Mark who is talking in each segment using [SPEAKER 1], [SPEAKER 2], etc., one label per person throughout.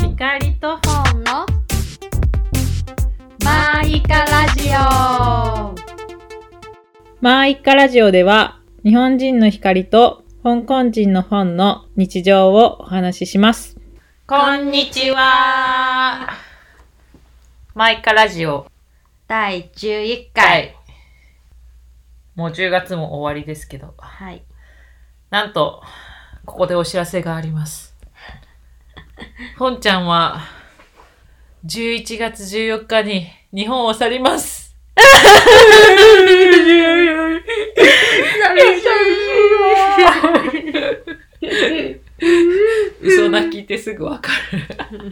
[SPEAKER 1] 光と本のマイカラジオマーイカラジオでは日本人の光と香港人の本の日常をお話ししますこんにちはマイカラジオ
[SPEAKER 2] 第11回。
[SPEAKER 1] 回もう10月も終わりですけど
[SPEAKER 2] はい。
[SPEAKER 1] なんと、ここでお知らせがあります。本ちゃんは、11月14日に日本を去ります。
[SPEAKER 2] 寂し
[SPEAKER 1] 嘘泣きってすぐわかる。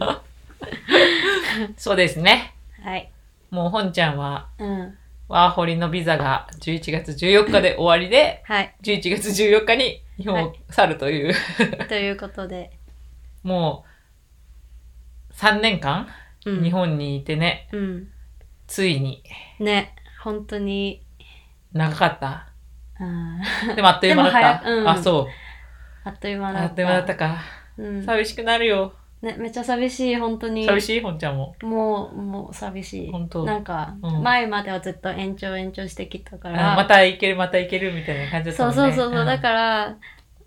[SPEAKER 1] そうですね。
[SPEAKER 2] はい。
[SPEAKER 1] もう本ちゃんは、
[SPEAKER 2] うん。
[SPEAKER 1] ワーホリのビザが11月14日で終わりで、
[SPEAKER 2] はい。
[SPEAKER 1] 11月14日に日本を去るという、
[SPEAKER 2] ということで。
[SPEAKER 1] もう、3年間、
[SPEAKER 2] うん
[SPEAKER 1] 日。本にいてね、
[SPEAKER 2] うん。
[SPEAKER 1] ついに、
[SPEAKER 2] ね。本当に。
[SPEAKER 1] 長かった。
[SPEAKER 2] うん。
[SPEAKER 1] でもあっという間だった。
[SPEAKER 2] でも早いうん
[SPEAKER 1] あ、そう。
[SPEAKER 2] あっという間だった。
[SPEAKER 1] あっという間だったか。
[SPEAKER 2] うん。ね、
[SPEAKER 1] 寂しくなるよ。
[SPEAKER 2] めっちゃ寂しい、本当に。
[SPEAKER 1] 寂しい、本ちゃんも。
[SPEAKER 2] もう、もう寂しい。
[SPEAKER 1] 本当
[SPEAKER 2] なんか、
[SPEAKER 1] うん
[SPEAKER 2] 前まではずっと延長延長してきたか
[SPEAKER 1] あ
[SPEAKER 2] ら。
[SPEAKER 1] また行ける、また行けるみたいな感じだった
[SPEAKER 2] そ
[SPEAKER 1] も
[SPEAKER 2] うんそう
[SPEAKER 1] ね。
[SPEAKER 2] そうそう、だ
[SPEAKER 1] ら、
[SPEAKER 2] から、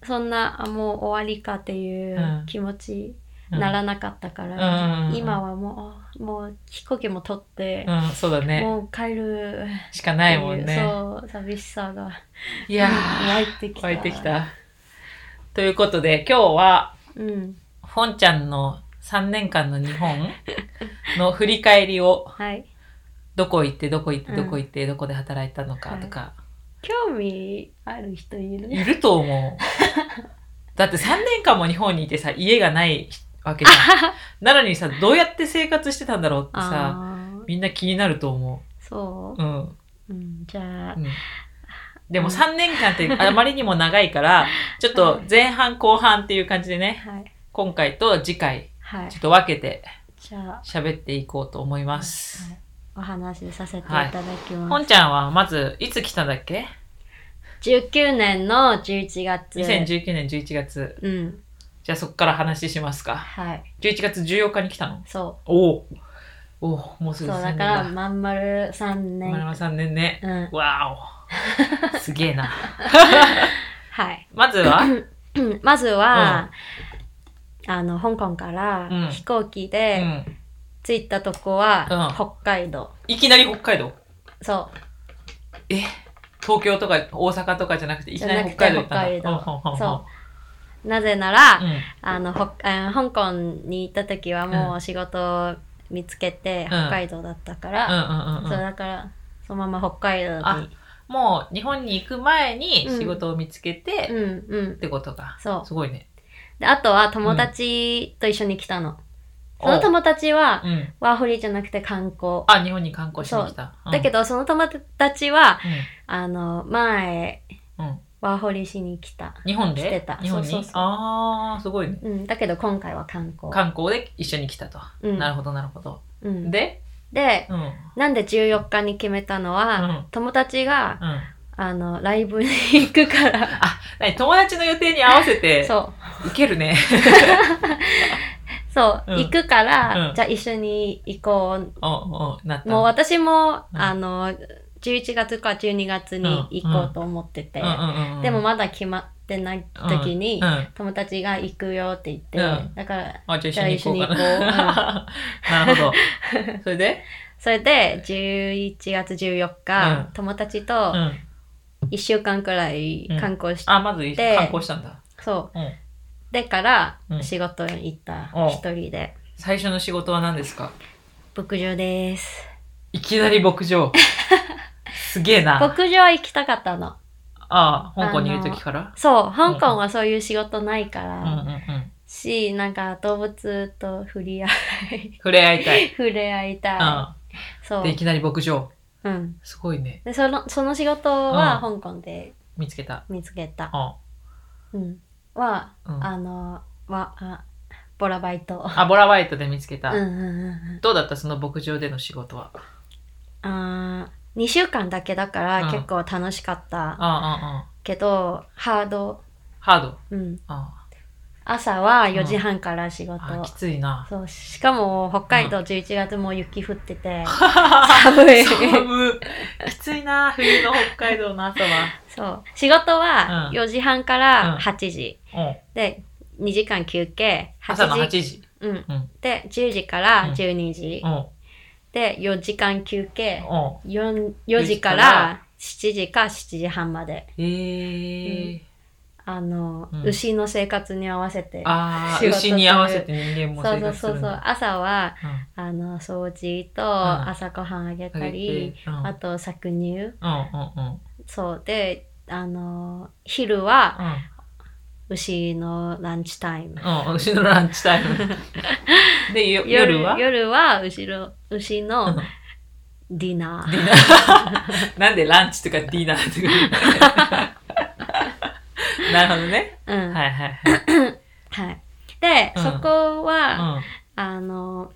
[SPEAKER 2] そんな、あもう終わりかっていう気持ち。
[SPEAKER 1] うん
[SPEAKER 2] ならなかったか
[SPEAKER 1] うんうん
[SPEAKER 2] ら、
[SPEAKER 1] うんうん
[SPEAKER 2] 今はもう、もう飛行機も取って、
[SPEAKER 1] うん、そうだね。
[SPEAKER 2] もう帰るっていう
[SPEAKER 1] しかないもんね。
[SPEAKER 2] そう、寂しさが
[SPEAKER 1] いや
[SPEAKER 2] 湧いてき
[SPEAKER 1] ー、
[SPEAKER 2] た。
[SPEAKER 1] 湧いてき。た。ということで、今日は、
[SPEAKER 2] うん。
[SPEAKER 1] 本ちゃんの3年間の日 本の振り返りを、
[SPEAKER 2] はい。
[SPEAKER 1] どこ行って、どこ行って、
[SPEAKER 2] うん
[SPEAKER 1] どこ行って、どこで働いたのかとか、
[SPEAKER 2] 興味ある人いる
[SPEAKER 1] いると 思う。だって3年間も日本にいてさ、家がないわけじ ゃん。なのにさ、どうやって生活してたんだろうってさ、
[SPEAKER 2] ああ、
[SPEAKER 1] みんな気になると思。
[SPEAKER 2] そうう。
[SPEAKER 1] うん。
[SPEAKER 2] うん、じゃあ
[SPEAKER 1] う、んでも
[SPEAKER 2] うん
[SPEAKER 1] 3年間ってあまりにも長い から、ちょっと前半後半っていう感じでね、
[SPEAKER 2] はい。
[SPEAKER 1] 今回と次回、
[SPEAKER 2] はい
[SPEAKER 1] ちょ。っと分けて
[SPEAKER 2] じゃ
[SPEAKER 1] 喋っていこうと思い
[SPEAKER 2] あ、
[SPEAKER 1] ます。
[SPEAKER 2] はいお話しさせていただきま
[SPEAKER 1] 本
[SPEAKER 2] す。
[SPEAKER 1] ちゃんはまず、いつ来たんだっけ
[SPEAKER 2] 19年の11月。
[SPEAKER 1] ?2019 年11月。
[SPEAKER 2] うん。
[SPEAKER 1] じゃあそこから話しますか。
[SPEAKER 2] はい。
[SPEAKER 1] 11月14日に来たの
[SPEAKER 2] そ
[SPEAKER 1] おおおおもう
[SPEAKER 2] う。そ
[SPEAKER 1] す
[SPEAKER 2] う、
[SPEAKER 1] ぐ3
[SPEAKER 2] だ
[SPEAKER 1] 年
[SPEAKER 2] から、
[SPEAKER 1] だ。
[SPEAKER 2] まんまる3年
[SPEAKER 1] 丸山さんねね。
[SPEAKER 2] うん。
[SPEAKER 1] わ おすげえな。
[SPEAKER 2] はい。
[SPEAKER 1] まずは、うん、
[SPEAKER 2] うんまずは、あの、香港から
[SPEAKER 1] うん
[SPEAKER 2] 飛行機で着いたとこは、
[SPEAKER 1] うん
[SPEAKER 2] 北海道。
[SPEAKER 1] いきなり北海道
[SPEAKER 2] そ
[SPEAKER 1] え東京とか大阪とかじゃなくていきなり北海道行ったん
[SPEAKER 2] じ
[SPEAKER 1] だ
[SPEAKER 2] ゃなくて北海道
[SPEAKER 1] うん
[SPEAKER 2] う。なぜなら、
[SPEAKER 1] うんうんうん
[SPEAKER 2] あの、ほあ香港に行った時はもう仕事を見つけて、
[SPEAKER 1] うん
[SPEAKER 2] 北海道だったから、
[SPEAKER 1] うんうん
[SPEAKER 2] そううん
[SPEAKER 1] うん
[SPEAKER 2] だから、そのまま北海道に。
[SPEAKER 1] もう日本に行く前に仕事を見つけて、
[SPEAKER 2] うんうん
[SPEAKER 1] っ。てことか
[SPEAKER 2] そう
[SPEAKER 1] すごいね
[SPEAKER 2] で、あとは友達と一緒に来たの。
[SPEAKER 1] お
[SPEAKER 2] その友達は、
[SPEAKER 1] うん
[SPEAKER 2] ワーホリじゃなくて観光。
[SPEAKER 1] あ日本に観光しに来た
[SPEAKER 2] だけ
[SPEAKER 1] ど
[SPEAKER 2] ど、その友達は、あの、前、
[SPEAKER 1] うんうん
[SPEAKER 2] ワーホリしに来た。
[SPEAKER 1] 日本
[SPEAKER 2] 来て
[SPEAKER 1] で
[SPEAKER 2] た
[SPEAKER 1] 日本
[SPEAKER 2] そう
[SPEAKER 1] に
[SPEAKER 2] そうそう
[SPEAKER 1] ああすごいね
[SPEAKER 2] うん、だけど今回は観光。
[SPEAKER 1] 観光で一緒に来たと
[SPEAKER 2] うん
[SPEAKER 1] なるほどなるほど
[SPEAKER 2] うん、で
[SPEAKER 1] でうんうん
[SPEAKER 2] なんで14日に決めたのは、
[SPEAKER 1] うん
[SPEAKER 2] 友達が、
[SPEAKER 1] あ
[SPEAKER 2] あの、ライブに行くから、
[SPEAKER 1] 何友達の予定に合わせて
[SPEAKER 2] そう、
[SPEAKER 1] いけるね
[SPEAKER 2] そう、
[SPEAKER 1] うん
[SPEAKER 2] 行くから、
[SPEAKER 1] うん
[SPEAKER 2] じゃあ一緒に行こう。
[SPEAKER 1] おおなった
[SPEAKER 2] もう私も、
[SPEAKER 1] うん
[SPEAKER 2] あの、11月か12月に行こうと思ってて、でも
[SPEAKER 1] っ
[SPEAKER 2] まだ決まってない時に、友達が行くよって言って、
[SPEAKER 1] うん
[SPEAKER 2] だから、
[SPEAKER 1] あ、じゃあ一緒に行こうか
[SPEAKER 2] じ
[SPEAKER 1] な。 なる ほど。それで、
[SPEAKER 2] それで11月14日、
[SPEAKER 1] うん
[SPEAKER 2] 友達
[SPEAKER 1] う
[SPEAKER 2] と
[SPEAKER 1] ん。
[SPEAKER 2] 1週間くらい観光して、
[SPEAKER 1] あ、まず
[SPEAKER 2] で
[SPEAKER 1] 観光したんだ。
[SPEAKER 2] そう、
[SPEAKER 1] うん。
[SPEAKER 2] でから
[SPEAKER 1] うん
[SPEAKER 2] 仕事に行った
[SPEAKER 1] お
[SPEAKER 2] 一人で
[SPEAKER 1] 最初の仕事は何ですか
[SPEAKER 2] 牧場です
[SPEAKER 1] いきなり牧 場。すげえな。
[SPEAKER 2] 牧場行きたかったの
[SPEAKER 1] ああ、香港にいる時から
[SPEAKER 2] そう香港はそういう仕事ないか
[SPEAKER 1] う
[SPEAKER 2] ら
[SPEAKER 1] ん、うんうん。
[SPEAKER 2] しなんか動物と触れ合い
[SPEAKER 1] 触れ合いたい。
[SPEAKER 2] 触れ合いたい、そう
[SPEAKER 1] うん。で、いきなり牧場。
[SPEAKER 2] うん
[SPEAKER 1] すごいね。
[SPEAKER 2] でそのその仕事は香港で
[SPEAKER 1] 見つけた。
[SPEAKER 2] 見つけた、
[SPEAKER 1] あ
[SPEAKER 2] うん、は、
[SPEAKER 1] うん
[SPEAKER 2] あのはあボラバイト
[SPEAKER 1] あ、ボラワイトで見つけ
[SPEAKER 2] うん
[SPEAKER 1] た
[SPEAKER 2] う。んうんうん
[SPEAKER 1] どうだったその牧場での仕事は。
[SPEAKER 2] あー2週間だけだか
[SPEAKER 1] うん
[SPEAKER 2] ら結構楽しかった
[SPEAKER 1] ああ、ああ。
[SPEAKER 2] けど、ハード、
[SPEAKER 1] ハード。
[SPEAKER 2] うん、
[SPEAKER 1] あ
[SPEAKER 2] 朝は4時半から仕事。
[SPEAKER 1] あきついな。
[SPEAKER 2] そう、しかも北海道11月もう雪降ってて、
[SPEAKER 1] 寒
[SPEAKER 2] い
[SPEAKER 1] 寒い。きついな、冬の北海道の朝は。
[SPEAKER 2] そう、仕事は
[SPEAKER 1] うん
[SPEAKER 2] 4時半か
[SPEAKER 1] うん
[SPEAKER 2] ら8時。
[SPEAKER 1] うん。
[SPEAKER 2] で、2時間休憩、
[SPEAKER 1] 朝の
[SPEAKER 2] 8
[SPEAKER 1] 8
[SPEAKER 2] 時。
[SPEAKER 1] 時。
[SPEAKER 2] うん
[SPEAKER 1] うん。
[SPEAKER 2] で、10時から12時
[SPEAKER 1] う。ん。うん。
[SPEAKER 2] で、4時間休憩。4, 4時から7時か7時半まで。
[SPEAKER 1] えー。
[SPEAKER 2] あの、
[SPEAKER 1] うん
[SPEAKER 2] 牛の生活に合わせて。
[SPEAKER 1] ああ、
[SPEAKER 2] 仕事
[SPEAKER 1] 牛に合わせて人間も
[SPEAKER 2] そ
[SPEAKER 1] 生
[SPEAKER 2] うそう
[SPEAKER 1] 活す
[SPEAKER 2] そ
[SPEAKER 1] る
[SPEAKER 2] うんそう
[SPEAKER 1] だ。。
[SPEAKER 2] 朝は、
[SPEAKER 1] そう
[SPEAKER 2] あの、掃除と
[SPEAKER 1] ん
[SPEAKER 2] 朝ごはんあげ
[SPEAKER 1] ん。
[SPEAKER 2] たり、
[SPEAKER 1] うん。うん
[SPEAKER 2] あと搾乳。
[SPEAKER 1] うんうんうん。
[SPEAKER 2] そう。で、あの、昼は牛のランチタイム。
[SPEAKER 1] うん。うん。牛のランチタイム。で、よ夜は
[SPEAKER 2] 夜は牛の、牛
[SPEAKER 1] う
[SPEAKER 2] の
[SPEAKER 1] ん
[SPEAKER 2] ディナ
[SPEAKER 1] デ
[SPEAKER 2] ー。
[SPEAKER 1] ィナーなんでランチとかディナーとか 言うのなるほどね。
[SPEAKER 2] うん。
[SPEAKER 1] はいはい
[SPEAKER 2] はい。で、
[SPEAKER 1] うん
[SPEAKER 2] そこは、
[SPEAKER 1] はい。
[SPEAKER 2] あの、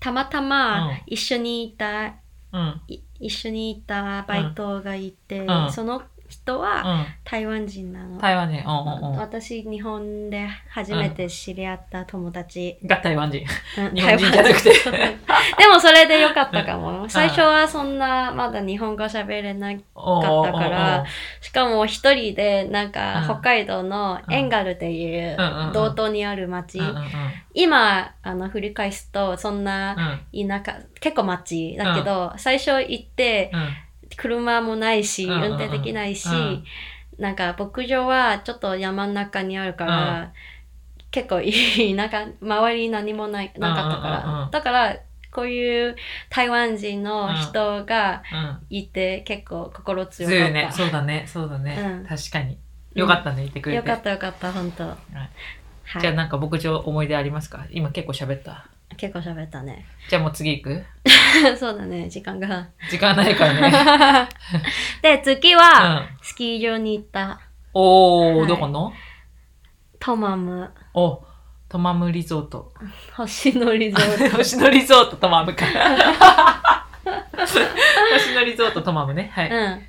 [SPEAKER 2] たまたま
[SPEAKER 1] うん
[SPEAKER 2] 一緒にいた、
[SPEAKER 1] うん。うん。
[SPEAKER 2] い一緒にいたバイトがいて、
[SPEAKER 1] んうん
[SPEAKER 2] その人は
[SPEAKER 1] う。
[SPEAKER 2] 台湾人なんの。
[SPEAKER 1] 台湾ね。うんうんう
[SPEAKER 2] 私、日本で初めて知り合った友達。
[SPEAKER 1] ん。が台湾 人。
[SPEAKER 2] うん
[SPEAKER 1] 日本人じゃなくて。
[SPEAKER 2] 台湾人 でもそれでよかったかも。最初はそんな、まだ日本語喋れない。
[SPEAKER 1] お
[SPEAKER 2] だったからしかも一人で、なんか、
[SPEAKER 1] うん
[SPEAKER 2] 北海道のエンガルっていうん
[SPEAKER 1] うんうん
[SPEAKER 2] う、道東にある町。
[SPEAKER 1] おーおーおーうんうん
[SPEAKER 2] 今、あの、振り返すと、そんな、
[SPEAKER 1] うん
[SPEAKER 2] 田舎結構街だけど、最初行って
[SPEAKER 1] うんうん
[SPEAKER 2] 車もないし、
[SPEAKER 1] うんうんうん
[SPEAKER 2] 運転できないし、
[SPEAKER 1] うん
[SPEAKER 2] なんか牧場はちょっと山の中にあるから、結構いい田舎周り何もないなかったから、
[SPEAKER 1] うんうんうんうん
[SPEAKER 2] だからこういう台湾人の人が
[SPEAKER 1] うん。
[SPEAKER 2] いて結構心強か
[SPEAKER 1] 強
[SPEAKER 2] った。
[SPEAKER 1] いね。そうだね。そうだ
[SPEAKER 2] う
[SPEAKER 1] ね
[SPEAKER 2] ん。
[SPEAKER 1] 確かに。よかったね。言ってくれ
[SPEAKER 2] よ
[SPEAKER 1] て。。
[SPEAKER 2] かったよかった本当。はい
[SPEAKER 1] じゃあなんか牧場思い出ありますか今結構喋った。
[SPEAKER 2] い、結構喋ったね。
[SPEAKER 1] じゃあもう次行く
[SPEAKER 2] そうだね時間が。
[SPEAKER 1] 時間ないからね。
[SPEAKER 2] で次
[SPEAKER 1] う
[SPEAKER 2] は、
[SPEAKER 1] ん。
[SPEAKER 2] スキー場に行った
[SPEAKER 1] お
[SPEAKER 2] は
[SPEAKER 1] ー、
[SPEAKER 2] い
[SPEAKER 1] どこの
[SPEAKER 2] トマム。
[SPEAKER 1] お、トマムリゾート。
[SPEAKER 2] 星野リゾート。
[SPEAKER 1] 星野リゾートトマムか。 星野リゾートトマムね。はい。
[SPEAKER 2] うん。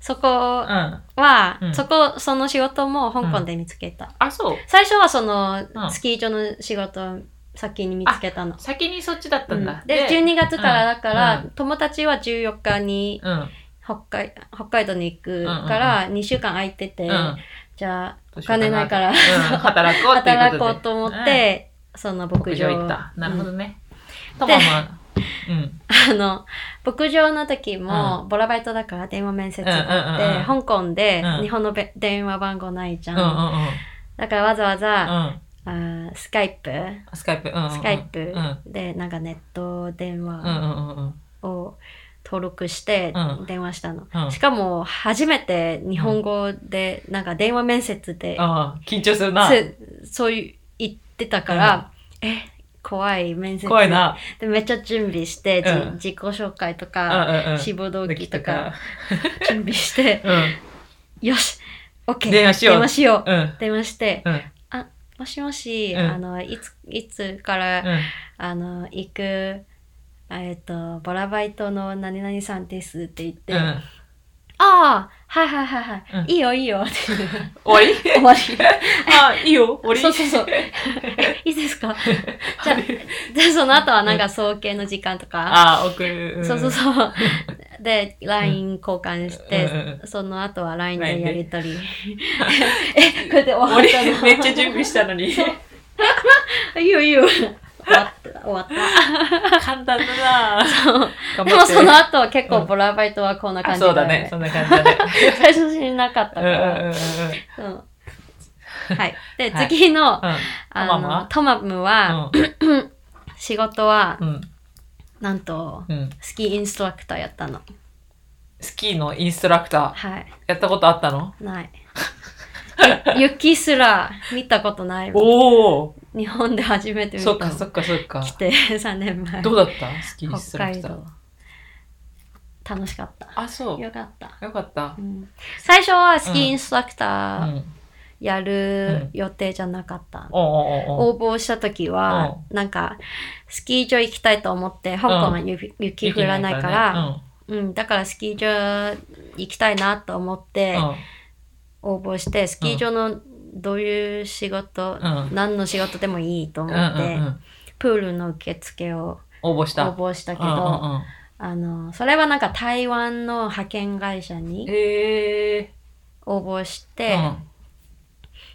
[SPEAKER 2] そうこ
[SPEAKER 1] ん。
[SPEAKER 2] は、
[SPEAKER 1] うん
[SPEAKER 2] そこ、その仕事も香港で見つけた。
[SPEAKER 1] あ、そう。
[SPEAKER 2] 最初はその、
[SPEAKER 1] うん
[SPEAKER 2] スキー場の仕事を先に見つけたの。
[SPEAKER 1] 先にそっちだった
[SPEAKER 2] うんん
[SPEAKER 1] だ。
[SPEAKER 2] で、12月からだから、
[SPEAKER 1] う
[SPEAKER 2] 友達は14日に
[SPEAKER 1] うん。
[SPEAKER 2] 北海北海道に行くから、2週間空いてて、
[SPEAKER 1] うん。
[SPEAKER 2] じゃあ、
[SPEAKER 1] お
[SPEAKER 2] お金ないから
[SPEAKER 1] うん、働こうっていうこと
[SPEAKER 2] 働
[SPEAKER 1] で。
[SPEAKER 2] こうと思って、その
[SPEAKER 1] うん。
[SPEAKER 2] 牧
[SPEAKER 1] 牧
[SPEAKER 2] 場
[SPEAKER 1] 場行った。なるほど
[SPEAKER 2] うん
[SPEAKER 1] ね。トマムは、うん。
[SPEAKER 2] あの、牧場の時も、ボラバイトだから電話面接があって、
[SPEAKER 1] うんうんうん
[SPEAKER 2] 香港で
[SPEAKER 1] うん
[SPEAKER 2] 日本のべ電話番号ないじゃ。
[SPEAKER 1] うんんうんうん。
[SPEAKER 2] だからわざわざ、
[SPEAKER 1] うん。
[SPEAKER 2] あースカイプ、
[SPEAKER 1] スカイプ。うんうんうん。
[SPEAKER 2] スカイプ
[SPEAKER 1] うん。
[SPEAKER 2] で、なんかネット電
[SPEAKER 1] うんうん
[SPEAKER 2] 話
[SPEAKER 1] うんうん。
[SPEAKER 2] を登録して
[SPEAKER 1] うん
[SPEAKER 2] 電話したの。
[SPEAKER 1] うん
[SPEAKER 2] しかも、初めて日本語で、なんか電話面接で、
[SPEAKER 1] ああ、緊張するな。
[SPEAKER 2] せそういう言ってたから、え、怖い面接。
[SPEAKER 1] 怖いな。
[SPEAKER 2] で。めっちゃ準備して、じ
[SPEAKER 1] うん
[SPEAKER 2] 自己紹介と
[SPEAKER 1] う
[SPEAKER 2] か、
[SPEAKER 1] んうんうん。
[SPEAKER 2] 志望動機とか
[SPEAKER 1] か。
[SPEAKER 2] 準備 して、
[SPEAKER 1] うん。
[SPEAKER 2] よし !OK!
[SPEAKER 1] 電話しよう
[SPEAKER 2] 電話しよう
[SPEAKER 1] うん。
[SPEAKER 2] 電話して、
[SPEAKER 1] うん。
[SPEAKER 2] もしもし、
[SPEAKER 1] うん
[SPEAKER 2] あの、いつ、いつから、
[SPEAKER 1] うん。
[SPEAKER 2] あの、行く、えっと、ボラバイトの何々さんですって言って、
[SPEAKER 1] う
[SPEAKER 2] あ
[SPEAKER 1] ん。
[SPEAKER 2] あはいはいはいはい、
[SPEAKER 1] うん
[SPEAKER 2] いいよいいよ って言って
[SPEAKER 1] 終わり
[SPEAKER 2] 終わり。
[SPEAKER 1] あ、いいよ、俺。
[SPEAKER 2] そうそうそう。えいいですかじゃあで、その後はなんか送迎の時間とか、
[SPEAKER 1] あ、送る。
[SPEAKER 2] そうそう そう。で、LINE 交換して、
[SPEAKER 1] うんうん
[SPEAKER 2] その後は LINE で
[SPEAKER 1] LINE で
[SPEAKER 2] やり とり。え、これで終わっ
[SPEAKER 1] 俺
[SPEAKER 2] たの、
[SPEAKER 1] めっちゃ準備したのに。
[SPEAKER 2] いいよいいよ。終わった、終わった。
[SPEAKER 1] 簡単だなぁ。
[SPEAKER 2] でもその
[SPEAKER 1] あ、
[SPEAKER 2] 後結構ボラバイトはこんな感じだ
[SPEAKER 1] そう
[SPEAKER 2] よ
[SPEAKER 1] だね。そんな感じだね。
[SPEAKER 2] 最初知らなかった
[SPEAKER 1] う
[SPEAKER 2] か
[SPEAKER 1] んうんうん
[SPEAKER 2] ら。
[SPEAKER 1] うん。
[SPEAKER 2] うんはい。で、
[SPEAKER 1] はい
[SPEAKER 2] 次
[SPEAKER 1] ト
[SPEAKER 2] の、
[SPEAKER 1] マム
[SPEAKER 2] あ
[SPEAKER 1] は
[SPEAKER 2] の、トマムは、仕事は、
[SPEAKER 1] うん。
[SPEAKER 2] なんと、
[SPEAKER 1] うん。うん。
[SPEAKER 2] スキーインストラクターやったの。
[SPEAKER 1] スキーのインストラクタ
[SPEAKER 2] は
[SPEAKER 1] ー、
[SPEAKER 2] い。
[SPEAKER 1] やったことあったの
[SPEAKER 2] ない。 雪すら見たことない。
[SPEAKER 1] おお。
[SPEAKER 2] 日本で初めて見た
[SPEAKER 1] そ
[SPEAKER 2] の。
[SPEAKER 1] っかそっかそっか
[SPEAKER 2] 来。て3年 前。
[SPEAKER 1] どうだったスキーインストラ
[SPEAKER 2] 北
[SPEAKER 1] ク
[SPEAKER 2] 海
[SPEAKER 1] ター
[SPEAKER 2] 道。。楽しかった。
[SPEAKER 1] あ、そう。
[SPEAKER 2] よかった。
[SPEAKER 1] よかった
[SPEAKER 2] う。ん最初はスキーインストラク
[SPEAKER 1] う
[SPEAKER 2] ター
[SPEAKER 1] ん。
[SPEAKER 2] やる予定じゃなかった。
[SPEAKER 1] おうおうおうおう
[SPEAKER 2] 応募した時は、なんか、スキー場行きたいと思って、香港は雪雪降らないから、。うん、だからスキー場行きたいなと思って
[SPEAKER 1] 雪、ないからね
[SPEAKER 2] 応募して、スキー場のどういう仕事、
[SPEAKER 1] うん
[SPEAKER 2] 何の仕事でもいいと思
[SPEAKER 1] うんう
[SPEAKER 2] って、
[SPEAKER 1] ん
[SPEAKER 2] プールの受付を
[SPEAKER 1] うん。応募し
[SPEAKER 2] 応
[SPEAKER 1] た。
[SPEAKER 2] 募したけど、
[SPEAKER 1] うんうんうん
[SPEAKER 2] あのそれはなんか台湾の派遣会社に
[SPEAKER 1] ええ
[SPEAKER 2] 応募し
[SPEAKER 1] ー。
[SPEAKER 2] て、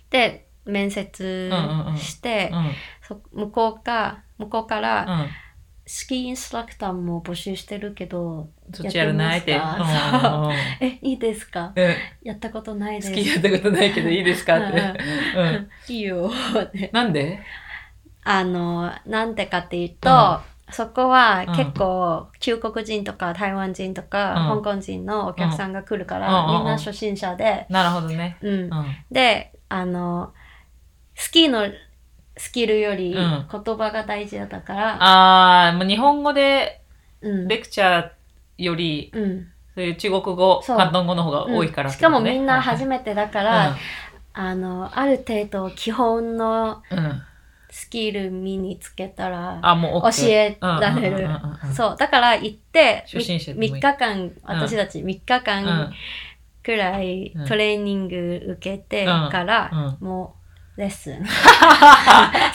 [SPEAKER 2] で面接して、
[SPEAKER 1] うんうん
[SPEAKER 2] そ向こうか向こうから、
[SPEAKER 1] うん。
[SPEAKER 2] スキーインストラクターも募集してるけど
[SPEAKER 1] そっちやらないって。
[SPEAKER 2] やってますか
[SPEAKER 1] うんうんうん
[SPEAKER 2] えいいですか
[SPEAKER 1] うん
[SPEAKER 2] やったことないです
[SPEAKER 1] 好きやったことないけどいいですかって。
[SPEAKER 2] う
[SPEAKER 1] うん
[SPEAKER 2] んいいよって
[SPEAKER 1] なん で
[SPEAKER 2] あのなんでかっていうと、そこ
[SPEAKER 1] うん
[SPEAKER 2] は結構中国人とか台湾人とか、
[SPEAKER 1] うん
[SPEAKER 2] 香港人のお客さんが来るから、
[SPEAKER 1] うんうんうん
[SPEAKER 2] みんな初心者で、
[SPEAKER 1] なるほどね。
[SPEAKER 2] うん
[SPEAKER 1] うん。うん
[SPEAKER 2] であのスキーのスキルより
[SPEAKER 1] うん
[SPEAKER 2] 言葉が大事だから、
[SPEAKER 1] あー、もう日本語で
[SPEAKER 2] うん
[SPEAKER 1] レクチャーより、
[SPEAKER 2] うん
[SPEAKER 1] そういう中国語、
[SPEAKER 2] そう
[SPEAKER 1] 広東語の方が多いから、
[SPEAKER 2] うんしかもみんな初
[SPEAKER 1] め
[SPEAKER 2] めてだか、
[SPEAKER 1] から
[SPEAKER 2] あのある程度基本の
[SPEAKER 1] うん。うん
[SPEAKER 2] スキル身につけたら
[SPEAKER 1] あ、もう OK
[SPEAKER 2] 教えられる
[SPEAKER 1] うんうんうんうんうん
[SPEAKER 2] そうだから行って
[SPEAKER 1] 初心者でもいい
[SPEAKER 2] 3日間私たち3日間くらい
[SPEAKER 1] うん
[SPEAKER 2] トレーニング受けてから、
[SPEAKER 1] うん
[SPEAKER 2] もうレッスン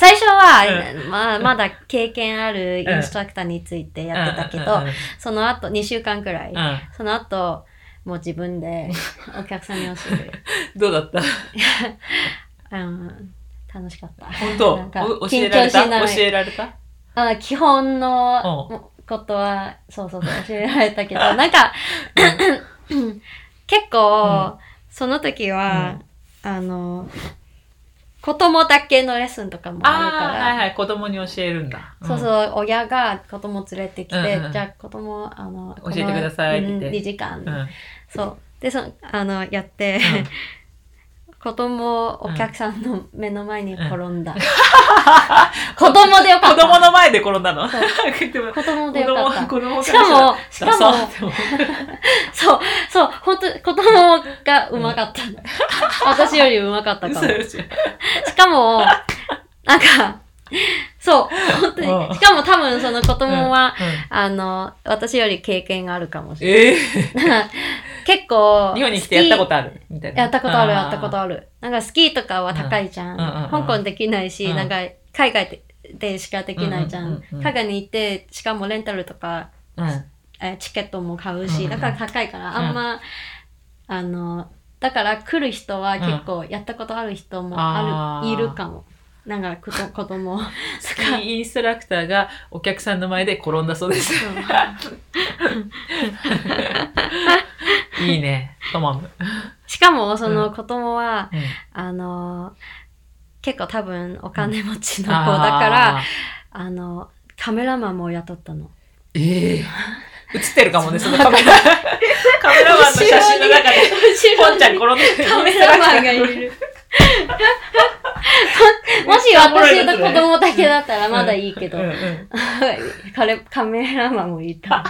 [SPEAKER 2] 最初は、まあ、まだ経験あるインストラクターについてやってたけ
[SPEAKER 1] う
[SPEAKER 2] ど、
[SPEAKER 1] んうんうん
[SPEAKER 2] その後2週間くらい、
[SPEAKER 1] うん
[SPEAKER 2] その後もう自分でお客さんに教える
[SPEAKER 1] どうだった
[SPEAKER 2] うん楽しかった
[SPEAKER 1] 本
[SPEAKER 2] なん
[SPEAKER 1] 当
[SPEAKER 2] か
[SPEAKER 1] お教えられ
[SPEAKER 2] 緊張しな
[SPEAKER 1] た
[SPEAKER 2] い
[SPEAKER 1] 教えられた
[SPEAKER 2] あ基本のことは、そうそうそう、教えられたけど、なんか、結構、その時は、あの、子供だけのレッスンとかもあるか
[SPEAKER 1] あ
[SPEAKER 2] ら、
[SPEAKER 1] あ、はいはい、子供に教えるんだ。
[SPEAKER 2] そう
[SPEAKER 1] うん。
[SPEAKER 2] そう、親が子供連れてきて、
[SPEAKER 1] うんうん
[SPEAKER 2] じゃあ子供、あの、
[SPEAKER 1] 教えてくださいって言って
[SPEAKER 2] 2時間、
[SPEAKER 1] うん
[SPEAKER 2] そう。で、そのあの、やって、子供をお客さんの目の前に転んだ。子供でよか
[SPEAKER 1] 子
[SPEAKER 2] った。
[SPEAKER 1] 供の前で転んだの。
[SPEAKER 2] そ
[SPEAKER 1] でも
[SPEAKER 2] 子供でよかった。
[SPEAKER 1] 子供
[SPEAKER 2] しかも、しかも、
[SPEAKER 1] も、
[SPEAKER 2] そう、そう、本当子供がうまかった。私よりうまかったかも。
[SPEAKER 1] 嘘
[SPEAKER 2] し
[SPEAKER 1] 嘘
[SPEAKER 2] かも、なんか、そう、本当
[SPEAKER 1] うん
[SPEAKER 2] に。しかも多分その子供は、
[SPEAKER 1] うんうん
[SPEAKER 2] あの、私より経験があるかもしれ
[SPEAKER 1] ええ
[SPEAKER 2] ない。 結構、
[SPEAKER 1] 日本に来てやったこと
[SPEAKER 2] ある。
[SPEAKER 1] あるみたいな。
[SPEAKER 2] やったことある、やったこと
[SPEAKER 1] あ
[SPEAKER 2] ある。なんかスキーとかは高いじゃ
[SPEAKER 1] う
[SPEAKER 2] ん。
[SPEAKER 1] んうんうん
[SPEAKER 2] 香港できないし、
[SPEAKER 1] うん
[SPEAKER 2] なんか海外ででしかできないじゃ
[SPEAKER 1] うんうんんうんうん
[SPEAKER 2] 海外に行って、しかもレンタルとか
[SPEAKER 1] る。うん
[SPEAKER 2] えーチケットも買う
[SPEAKER 1] うんう
[SPEAKER 2] し、
[SPEAKER 1] ん
[SPEAKER 2] だから高いから、
[SPEAKER 1] うん
[SPEAKER 2] あんま、あの、だから来る人は結構やったことある人もあ
[SPEAKER 1] あ
[SPEAKER 2] る、
[SPEAKER 1] ー
[SPEAKER 2] いるかも。なんか子供 子供。うん
[SPEAKER 1] スキーインストラクターがお客さんの前で転んだそうです。 いいね、トマム。
[SPEAKER 2] しかも、そうの子供は、
[SPEAKER 1] うん
[SPEAKER 2] あの、結構多分お金持ちの子だから、あ
[SPEAKER 1] あー
[SPEAKER 2] の、カメラマンも雇っ たの。
[SPEAKER 1] ええ映ってるかもね、そのカメラ。カメラマンの写真の中で、ポンちゃん転んでる。
[SPEAKER 2] カメラマンがいる。 もし私の子供だけだったらまだいいけど
[SPEAKER 1] うん、う ん
[SPEAKER 2] カレカメラマンもいた。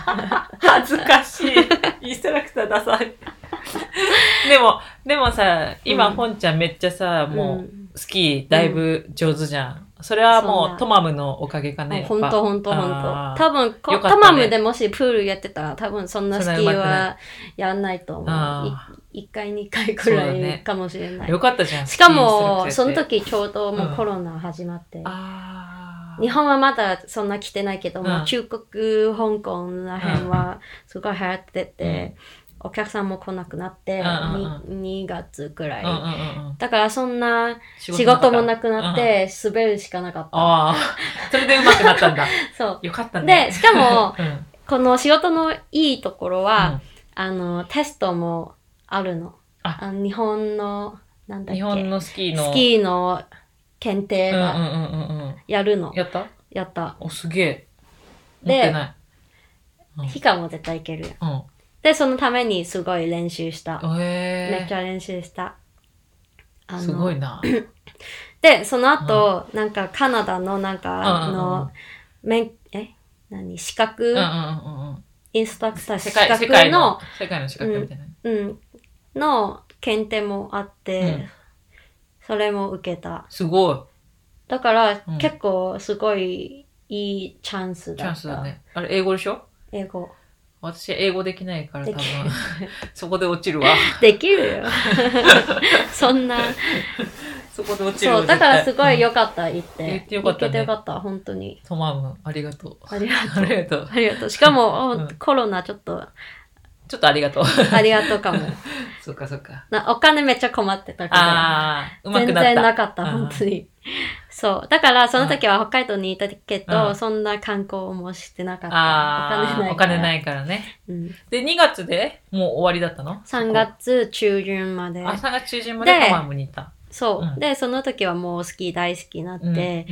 [SPEAKER 1] 恥ずかしい。インストラクターダサい。でも、でもさ、今、
[SPEAKER 2] うん
[SPEAKER 1] ポンちゃんめっちゃさ、もう、
[SPEAKER 2] ん
[SPEAKER 1] スキーだいぶ上手じゃん。それは
[SPEAKER 2] そう
[SPEAKER 1] も
[SPEAKER 2] だ
[SPEAKER 1] うトマムのおかげかね。
[SPEAKER 2] ほん
[SPEAKER 1] やっぱ
[SPEAKER 2] とほんとほん
[SPEAKER 1] あ
[SPEAKER 2] と。
[SPEAKER 1] ー
[SPEAKER 2] 多分こ、
[SPEAKER 1] よかった
[SPEAKER 2] タ
[SPEAKER 1] ね
[SPEAKER 2] マムでもしプールやってたら、多分そんなス
[SPEAKER 1] そ
[SPEAKER 2] キ
[SPEAKER 1] んな上手
[SPEAKER 2] ー
[SPEAKER 1] くな
[SPEAKER 2] はやんないと思う
[SPEAKER 1] あ。
[SPEAKER 2] 1回、2回く
[SPEAKER 1] そうだ
[SPEAKER 2] らい
[SPEAKER 1] ね
[SPEAKER 2] かもしれない。
[SPEAKER 1] よかったじゃん。
[SPEAKER 2] しか
[SPEAKER 1] スキーイ
[SPEAKER 2] も、
[SPEAKER 1] ンス
[SPEAKER 2] そ
[SPEAKER 1] ト
[SPEAKER 2] の
[SPEAKER 1] ラクターって。
[SPEAKER 2] 時ちょうどもううんコロナ始まって。
[SPEAKER 1] あー
[SPEAKER 2] 日本はまだそんな来てないけども、
[SPEAKER 1] うん
[SPEAKER 2] 中国、香港ら辺はすごい流行ってて、お客さんも来なくなって、
[SPEAKER 1] うんうん
[SPEAKER 2] に 2, 月くらい。
[SPEAKER 1] うんうんうん
[SPEAKER 2] だからそんな仕
[SPEAKER 1] なかった
[SPEAKER 2] 事もなくな
[SPEAKER 1] うん
[SPEAKER 2] っ。て、滑るしかなかった。
[SPEAKER 1] ああ、 それで上手くなったんだ。
[SPEAKER 2] そう。
[SPEAKER 1] よかったね。
[SPEAKER 2] で、しか も、
[SPEAKER 1] うん、
[SPEAKER 2] この仕事のいいところは、
[SPEAKER 1] う
[SPEAKER 2] あの、テストもあるの。
[SPEAKER 1] あ
[SPEAKER 2] あの日本の、なんだ
[SPEAKER 1] ん
[SPEAKER 2] っ
[SPEAKER 1] 日
[SPEAKER 2] け、
[SPEAKER 1] 本のスキーの。
[SPEAKER 2] スキーの検定
[SPEAKER 1] うんう
[SPEAKER 2] が
[SPEAKER 1] んうんうんうん。
[SPEAKER 2] やるの。
[SPEAKER 1] やった
[SPEAKER 2] やった。
[SPEAKER 1] お、すげえ。
[SPEAKER 2] で
[SPEAKER 1] 持ってない。うん
[SPEAKER 2] ヒカも絶対いけるよ。
[SPEAKER 1] う
[SPEAKER 2] で、そのためにすごい練習した。
[SPEAKER 1] ん。
[SPEAKER 2] めっ
[SPEAKER 1] え
[SPEAKER 2] ちゃ練習した。あ
[SPEAKER 1] ー、
[SPEAKER 2] の
[SPEAKER 1] すごいな。
[SPEAKER 2] で、その後、なんかカナダのなんか、あ
[SPEAKER 1] うんうんうんうん
[SPEAKER 2] の、免、え何資格、
[SPEAKER 1] うんうんうんうん。
[SPEAKER 2] インストラクター
[SPEAKER 1] 世
[SPEAKER 2] 資
[SPEAKER 1] 界世
[SPEAKER 2] 格
[SPEAKER 1] 界
[SPEAKER 2] の
[SPEAKER 1] の、世界の資格みたいな。
[SPEAKER 2] うん、の検定もあって、
[SPEAKER 1] うん
[SPEAKER 2] それも受けた。
[SPEAKER 1] すごい。
[SPEAKER 2] だから、
[SPEAKER 1] うん
[SPEAKER 2] 結構すごいいいチャンス
[SPEAKER 1] チ
[SPEAKER 2] だ
[SPEAKER 1] ャ
[SPEAKER 2] った。
[SPEAKER 1] ンスだね。あれ、英語でしょ
[SPEAKER 2] 英語。
[SPEAKER 1] 私、英語できないから多
[SPEAKER 2] でき
[SPEAKER 1] 分
[SPEAKER 2] る、
[SPEAKER 1] そこで落ちるわ。
[SPEAKER 2] できるよ。そんな、
[SPEAKER 1] そこで落ちる
[SPEAKER 2] そう、だからすごい良かった、行って。
[SPEAKER 1] 行ってよかったね
[SPEAKER 2] 行けてよかった、本 当に。
[SPEAKER 1] トマム、ありがとう。
[SPEAKER 2] ありが
[SPEAKER 1] あ
[SPEAKER 2] とう。
[SPEAKER 1] りがとう。
[SPEAKER 2] ありがとう。しかも、
[SPEAKER 1] うん
[SPEAKER 2] コロナちょっと、
[SPEAKER 1] ちょっとありがと う。
[SPEAKER 2] ありがと うかも。
[SPEAKER 1] そっかそっか。
[SPEAKER 2] なお金めっちゃ困ってたから。
[SPEAKER 1] ああ、うま
[SPEAKER 2] 全
[SPEAKER 1] くなった。
[SPEAKER 2] 然なかった、
[SPEAKER 1] うん
[SPEAKER 2] 本当に。そう。だから、その時は北海道にいたけど、
[SPEAKER 1] うん
[SPEAKER 2] そんな観光もしてなかった。
[SPEAKER 1] ああ、
[SPEAKER 2] お
[SPEAKER 1] お金
[SPEAKER 2] 金
[SPEAKER 1] な
[SPEAKER 2] ない
[SPEAKER 1] いからね。
[SPEAKER 2] から。うん
[SPEAKER 1] で、2月でもう終わりだったの
[SPEAKER 2] 3。月中旬まで
[SPEAKER 1] あ、。3月中旬まで
[SPEAKER 2] で
[SPEAKER 1] トマムにいた。
[SPEAKER 2] そう、
[SPEAKER 1] うん
[SPEAKER 2] で、その時はもうスキー大好きになって、
[SPEAKER 1] うん、うん、